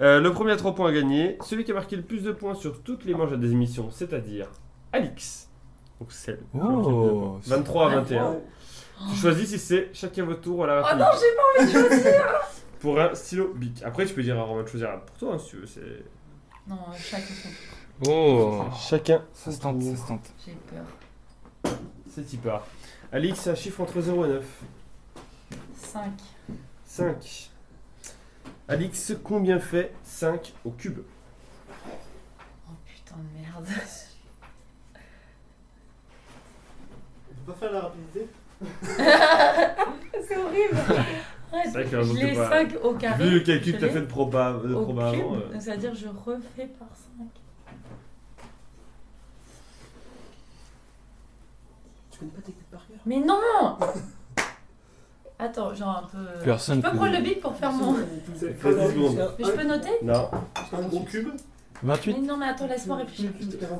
Euh, le premier à 3 points à gagner. Celui qui a marqué le plus de points sur toutes les manches à des émissions, c'est-à-dire Alix. Donc celle. Oh, 23 à 21. Ouais. Tu choisis si c'est chacun votre tour ou à la Oh rapide. [laughs] non, j'ai pas envie de choisir pour un stylo bic. Après, tu peux dire à Romain de choisir un pour toi, hein, si tu veux. c'est- Non, chaque son tour. Oh Chacun. Ça se tente, ça se tente. J'ai peur. C'est y part. Alix, un chiffre entre 0 et 9. 5. 5. Alix, combien fait 5 au cube Oh putain de merde. [laughs] On peut pas faire la rapidité C'est horrible. C'est vrai que je rajoutez l'ai pas. 5 au carré. Vu le calcul je que t'as l'ai fait de proba, de au proba cube, avant. euh, Donc ça veut dire je refais par 5. Tu connais pas tes coups par cœur Mais non Attends, genre un peu. Personne Je peux peut- prendre le bic pour faire mon. C'est fait 10 secondes. Mais je peux noter Non. Un gros cube 28 Mais non, mais attends, laisse-moi réfléchir.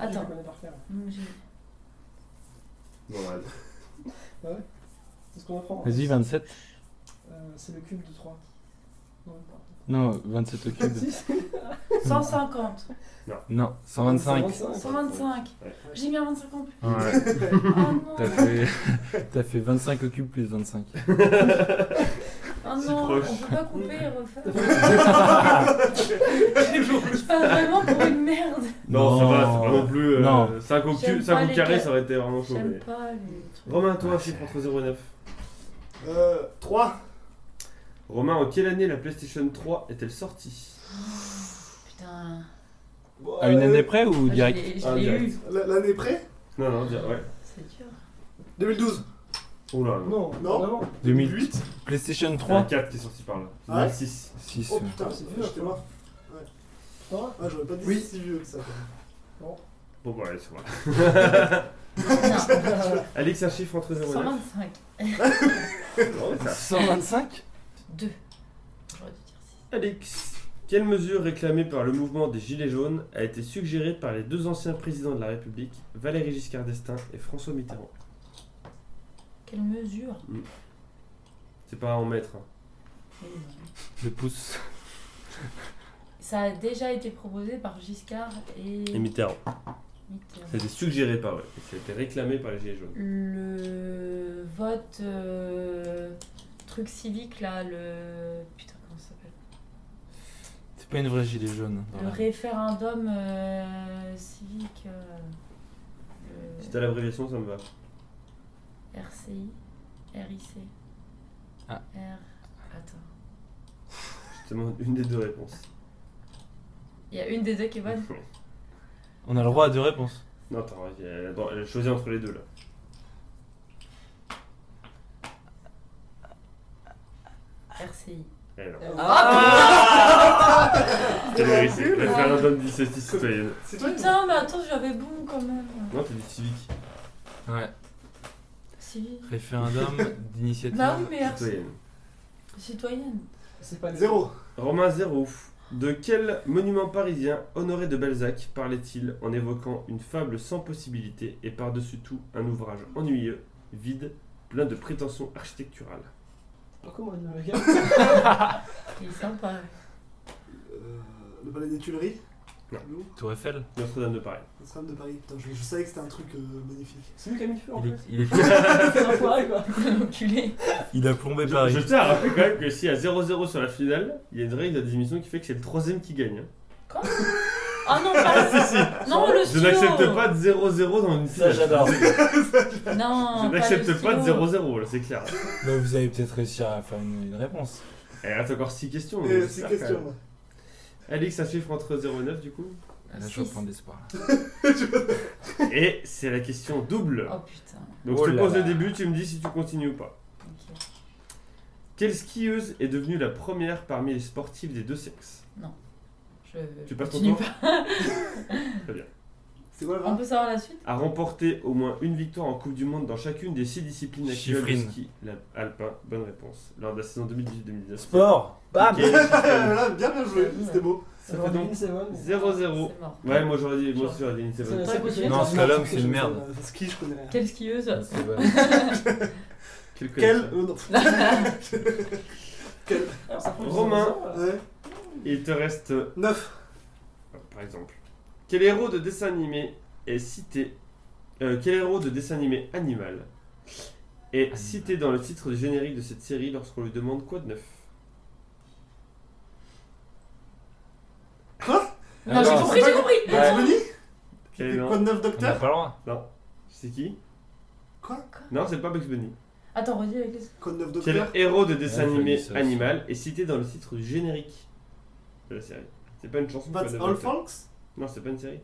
Attends. Je connais par cœur. Hum, j'ai- Bon, bah, vas-y. C'est ce qu'on apprend. Vas-y, 27. Euh, C'est le cube de 3. Non, même pas. Non, 27 au cube. 150. Non, 125. 125. Ouais. J'ai mis un 25 [laughs] en plus. Ouais, Oh non. [laughs] t'as fait... [laughs] t'as fait 25 au cube plus 25. Oh Si non, proche. on peut pas couper et refaire. je parle vraiment pour une merde. Non, ça Non. va, c'est pas non plus. Non. 5 au J'aime cube, pas 5 au les carré, cas- ça aurait été vraiment chaud. J'aime mais- pas les trucs. Romain, toi, un chiffre entre 0 et 9. Euh. 3. Romain, en quelle année la PlayStation 3 est-elle sortie Putain. À une année près ou Moi, je direct l'ai- Ah, Je l'ai direct. eu. euh, L'année près Non, non, dire, ouais. C'est dur. 2012. Oula, non. Non, Non. vraiment. 2008 PlayStation Il y en a 3 4 qui est sorti par là. Il y en Ah a ouais 6. 6. Oh putain, C'est c'est vieux, vieux, j'étais mort. Toi Ah, j'aurais pas dit Oui. si vieux que ça. Bon, bah, allez, c'est moi. Non, Alix, un chiffre entre 0 et Oh, 9. 125. 125 2. J'aurais dû dire Alix, quelle mesure réclamée par le mouvement des Gilets jaunes a été suggérée par les deux anciens présidents de la République, Valéry Giscard d'Estaing et François Mitterrand Quelle mesure C'est pas en mètres. hein. Le pouce. Ça a déjà été proposé par Giscard et Et Mitterrand. Ça a Mitterrand. été suggéré par eux. Et ça a été réclamé par les Gilets jaunes. Le vote euh, truc civique là, le putain comment ça s'appelle C'est pas une vraie gilet jaune. Le référendum euh, civique. euh, Si le t'as l'abréviation, ça me va. RCI, RIC. Ah. R. Attends. Je te demande une des deux réponses. Il y a une des deux qui est bonne. On a le droit à deux réponses. [laughs] Non, attends, elle a, elle a choisi entre les deux là. RCI. Elle, Eh non. Ah, C'est C'est la vérité. nul. Référendum d'initiative citoyenne. C'est toi qui. Putain, mais attends, j'avais bon quand même. Non, t'as dit civique. Ouais. Civique. Référendum d'initiative. Bah oui, mais RCI. Citoyenne. Citoyenne. C'est pas les- Zéro. Romain Zéro. De quel monument parisien Honoré de Balzac parlait-il en évoquant une fable sans possibilité et par-dessus tout un ouvrage ennuyeux, vide, plein de prétentions architecturales Pas Ah, comment il me regarde. Il est sympa. [laughs] Euh, Le palais des Tuileries Non. Nous, Tour Eiffel. Notre-Dame de Paris. Notre-Dame de Paris. Putain, je, je savais que c'était un truc euh, magnifique. C'est lui qui a mis le feu en Il est, fait. il, est- C'est un foiré quoi. Enculé. il a plombé Je, Paris. je tiens à rappeler quand même que s'il y a 0-0 sur la finale, il y a une règle de des émissions qui fait que c'est le troisième qui gagne. hein. Oh non, pas Ah, Si, Non, [laughs] le Je stylo. n'accepte pas de 0-0 dans une Ça finale. j'adore. Non, Je pas le n'accepte pas de stylo. 0-0, là, c'est clair. Bah, vous allez peut-être réussir à faire une, une réponse. Elle reste encore 6 questions. Et Oh, mais c'est j'espère question. quand moi. même. Alix, un chiffre entre 0 et 9 du [laughs] coup. Ah, Là, je Six. reprends d'espoir. Et c'est la question double. Oh putain. Donc Oh je te là pose le là. début, tu me dis si tu continues ou pas. Ok. Quelle skieuse est devenue la première parmi les sportifs des deux sexes Je Tu passes ton continue tour pas. C'est quoi la On vraie peut savoir la suite À remporter au moins une victoire en Coupe du Monde dans chacune des 6 disciplines actuelles de Chiffrine. ski la- alpin. Bonne réponse. Lors de la saison 2018-2019. Sport Bam Quelle chiffrine [laughs] Voilà, bien bien joué, c'était beau. Ça fait Alors, donc c'est bon. 0-0. C'est mort. Ouais, moi j'aurais dit, moi aussi, j'aurais dit une C'est seven. la seule que tu Non, connais, slalom, toi c'est une merde. Euh, Ski, je connais rien. Quelle skieuse Quelle Quel. connaissance. euh, non. Alors, ça fait du Romain. zéro, là. Ouais. Il te reste, euh, 9. par exemple, quel héros de dessin animé est cité euh, Quel héros de dessin animé animal est cité dans le titre du générique de cette série lorsqu'on lui demande quoi de neuf Non, j'ai non, compris, j'ai compris Bugs Bunny Quel est C'est le quoi nom de neuf On n'a docteur pas le droit. Non. C'est qui Quoi Non, c'est pas Bugs Bunny. Attends, redis avec Euh, les. Code 9 C'est le Docteur héros de dessin Ouais, j'ai animé vu ça aussi. Animal et cité dans le titre du générique de la série. C'est pas une chanson. Bats pas de- All Folks Non, c'est pas une série.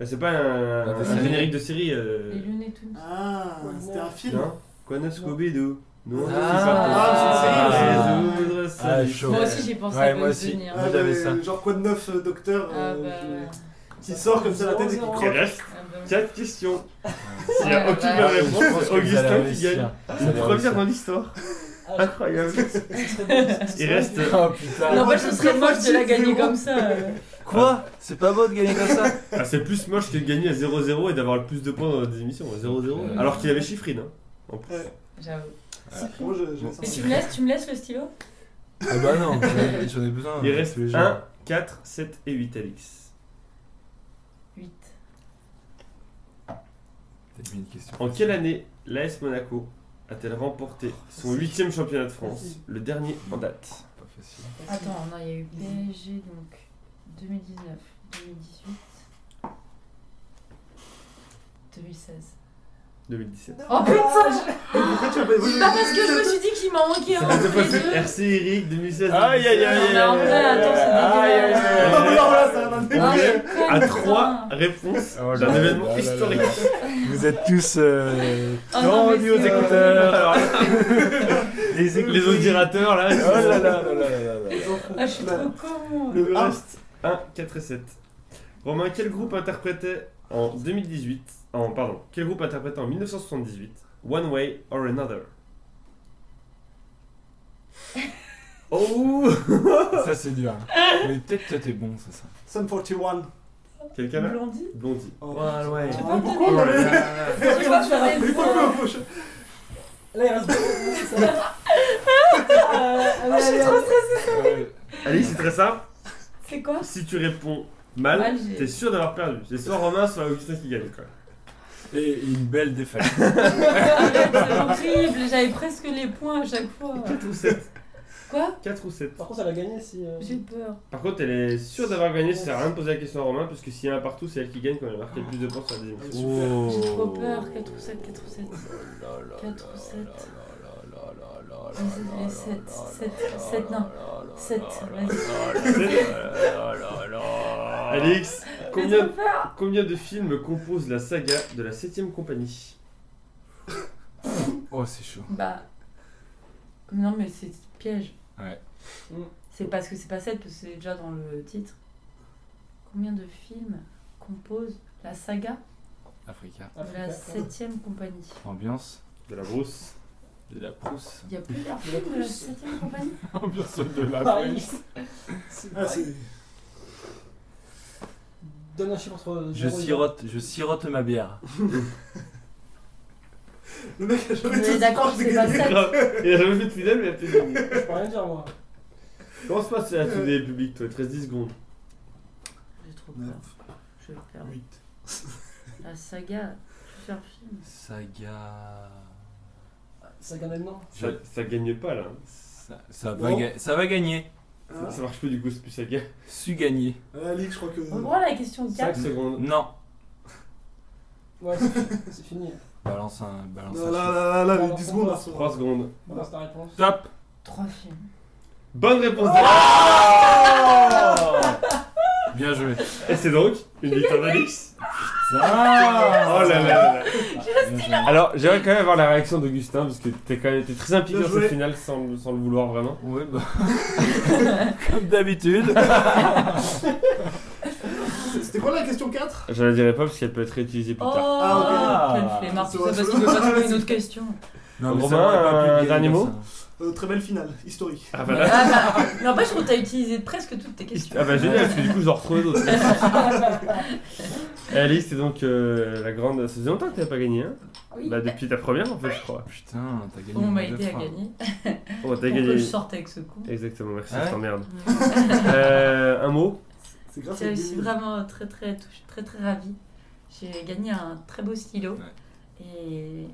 Euh, C'est pas un, Bah, un c'est- générique de série. euh, Les lunettes et tout. Ah, Ouais, c'était un ouais. film Non Quoi neuf Scooby-Doo Non, Ah, c'est ah, pas c'est une série, Résoudre Ah, sa vie. chaud. Moi aussi, j'ai pensé Ouais, à moi Bugs aussi. Bunny. hein. Ah, Moi, j'avais ouais, ça. Genre quoi de neuf euh, Oh, Docteur Ah, euh, bah. je- Qui sort comme ça la tête et qui Zéro, croque. Il reste Ah, bah. 4 questions. S'il n'y a Ouais, Ah, aucune bah. réponse, Je pense que vous allez Augustin qui réussir. gagne. Vous Une allez première réussir. dans l'histoire. Ah, je- Incroyable. Il reste. [laughs] Oh [laughs] putain. Non, moi, ce serait moche de la gagner comme ça. euh. Quoi C'est pas beau de gagner comme ça Ah, c'est plus moche que de gagner à 0-0 et d'avoir le plus de points dans des émissions. 0-0. Euh. Alors qu'il avait Chiffrine. hein. Ouais. J'avoue. Moi, je- j'ai ça. Mais tu me laisses, tu me laisses le stylo Ah bah non, j'en ai besoin. Il reste tous les jours. 1, 4, 7 et 8, Alix. 8. T'as mis une question. En quelle année l'AS Monaco a-t-elle remporté son 8 championnat de France Le dernier en date. Pas facile. Attends, non, il y a eu PSG donc 2019, 2018, 2016. 2017. Oh putain, Pourquoi tu m'as pas je... pas parce que je me suis dit qu'il m'en manquait Ah, un. entre les deux. RC Eric 2016. Aïe, aïe, Non, mais en vrai, attends, c'est hein. dégueulasse. Ah, voilà, voilà, ça va Ah, m'intéresser. mais con, À putain. 3 réponses Oh là d'un là événement là là historique. Vous êtes tous euh, Oh non, mais tendus aux c'est écouteurs. Alors, Les, les auditeurs là. oh là là là là là là. Ah, je suis trop con. Le reste 1, 4 et 7. Romain, quel groupe interprétait en 2018 en, Pardon, quel groupe interprétait en 1978 One Way or Another [laughs] Oh Ça c'est dur. hein. Mais peut-être toi t'es bon, c'est ça. Sum 41. Quelqu'un là Blondie Blondie. Oh. One Way. Ah, mais pourquoi on Je avait- vais pas faire des Mais points. pourquoi on fauche Là, il reste beaucoup. Ça [laughs] va. Euh, allez, allez, allez. Allez, c'est très simple. C'est quoi Si tu réponds mal, Mal, j'ai- t'es sûr d'avoir perdu. C'est soit Romain, soit Augustin qui gagne. Quoi. Et une belle défaite. Arrête, C'est horrible, j'avais presque les points à chaque fois. 4 ou 7 Quoi 4 ou 7. Par contre, elle a gagné si. euh, J'ai peur. Par contre, elle est sûre d'avoir gagné, ça sert à rien de poser la question à Romain, puisque s'il y a un partout, c'est elle qui gagne quand elle a marqué le plus de points sur la deuxième. Oh. J'ai trop peur. 4 ou 7, 4 ou 7. 4 ou 7. Vas-y, les 7. 7, 7, non. 7, vas-y. Oh Alix, J'ai combien, trop peur. combien de films composent la saga de la 7ème compagnie Oh c'est chaud. Bah. Non, mais c'est piège. Ouais. Mm. C'est parce que c'est pas 7, parce que c'est déjà dans le titre. Combien de films composent la saga Africa. de la 7ème compagnie Ambiance De la brousse. de la Prousse. Il y a plusieurs films de la 7ème compagnie Ambiance de la Paris. Ah, c'est- Donne un chiffre entre. Je zéro et sirote, je sirote ma bière. Le mec a jamais On été est aussi d'accord proche que de c'est pas gagner. Il 7. a jamais fait de finale, mais il a fait gagner. un. Je peux rien dire, moi. Comment se passe la tournée Euh. des publics, toi 13-10 secondes. J'ai trop peur. Je vais perdre. La saga, plusieurs films. Saga. Ça gagne maintenant. Ça, ça gagne pas là. Ça, ça va, Non. ga- ça va gagner. Ah. Ça marche plus du coup, c'est plus saga. Su gagner. Ouais, Alix, je crois que. On voit la question 5 4. secondes. Non. Ouais, c'est- c'est fini. Balance un. Balance Non, un là, chiffre. là, là, là, Alors, 10 secondes, on on va- se Trois secondes. Balance ta réponse. Top. 3 films. Bonne réponse Bien joué. Oh. Et c'est donc une victoire d'Alix. Ah Oh là là là là. Bien joué. Alors, j'aimerais quand même avoir la réaction d'Augustin, parce que t'es quand même t'es très impliqué Bien dans cette joué. finale sans, sans le vouloir vraiment. Ouais, bah. Comme d'habitude. C'était quoi la question 4 Je la dirai pas, parce qu'elle peut être réutilisée plus Oh, tard. Ah, ok. quel flemmard, tout C'est ça parce vrai, qu'il veut pas c'est- trouver une autre question. [laughs] Non, mais ça Romain, aurait pas pu un gagner dernier comme mot ça. Euh, Très belle finale, historique. Ah bah là, Ah, bah, mais en fait, je trouve que t'as utilisé presque toutes tes questions. Ah bah génial, parce que du coup j'en retrouve d'autres. Et [laughs] Eh, Alice, c'est donc euh, la grande. Ça faisait longtemps que t'avais pas gagné, hein Oui. Bah depuis ta première en fait, je crois. Putain, t'as gagné. On m'a deux aidé à fois. gagner. Oh, t'as Pour que gagné. je sorte avec ce con. Exactement, merci, Ah Ouais. je t'emmerde. Euh, un mot C'est grâce à Je suis lui. vraiment très très touchée, très très ravie. J'ai gagné un très beau stylo Ouais. et,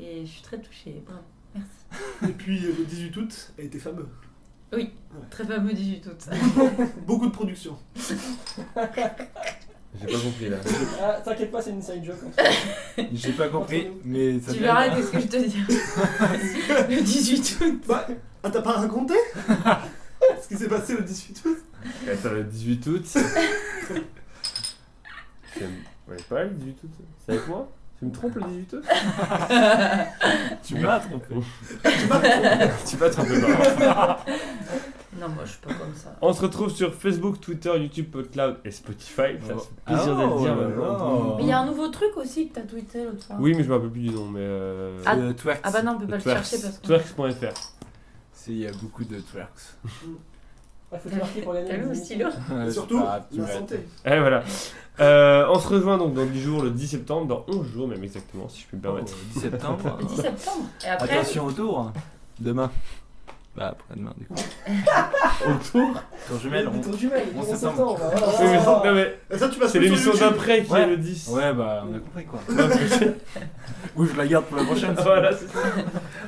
et je suis très touchée. Bravo. Merci. Et puis euh, le 18 août a été fameux. Oui, très fameux 18 août. Beaucoup de production. J'ai pas compris là. Ah, T'inquiète pas, c'est une side joke. J'ai pas compris, mais ça tu fait- verras qu'est-ce que je te [laughs] dis. le 18 août. Bah, ah, t'as pas [laughs] raconté ce qui s'est passé le 18 août Attends, le 18 [laughs] août. C'est- Ouais, pas le 18 août. C'est avec moi Tu me trompes le 18 août [laughs] Tu m'as trompé. tu m'as trompé, pardon. Non, moi je suis pas comme ça. On se retrouve sur Facebook, Twitter, YouTube, PodCloud et Spotify. Ça fait Oh. plaisir de le dire Oh là maintenant. là. Mais il y a un nouveau truc aussi que t'as tweeté l'autre fois. Oui, mais je me rappelle plus du nom. Mais euh... Ah, Le twerks. ah bah non, on peut pas le Twerks. chercher parce que. Twerks.fr. C'est- Il y a beaucoup de twerks. Ah, faut te marquer pour gagner. T'as les vu au amis. stylo Et Je surtout, sais Ah, pas, tu la vas- santé. Et Eh, voilà. Euh, on se rejoint donc dans 10 jours, le 10 septembre, dans 11 jours même exactement, si je puis me Oh, permettre. 10 septembre. Le 10 septembre. Et après, Attention au tour. Demain. Bah, après-demain, du coup. Autour. Quand je mêle, on. Ton jumelle, On on s'attend. s'attend. voilà, Ah, Oui, mais, voilà. non, mais Et Ah, ça, tu passes c'est plus sur l'émission YouTube. d'après qui Ouais. est le 10. Ouais, bah, on a compris [laughs] quoi. Ou je la garde pour la prochaine. Voilà, c'est ça.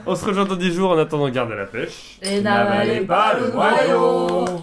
On se rejoint dans 10 jours en attendant garde à la pêche. Et n'avalez pas le noyau.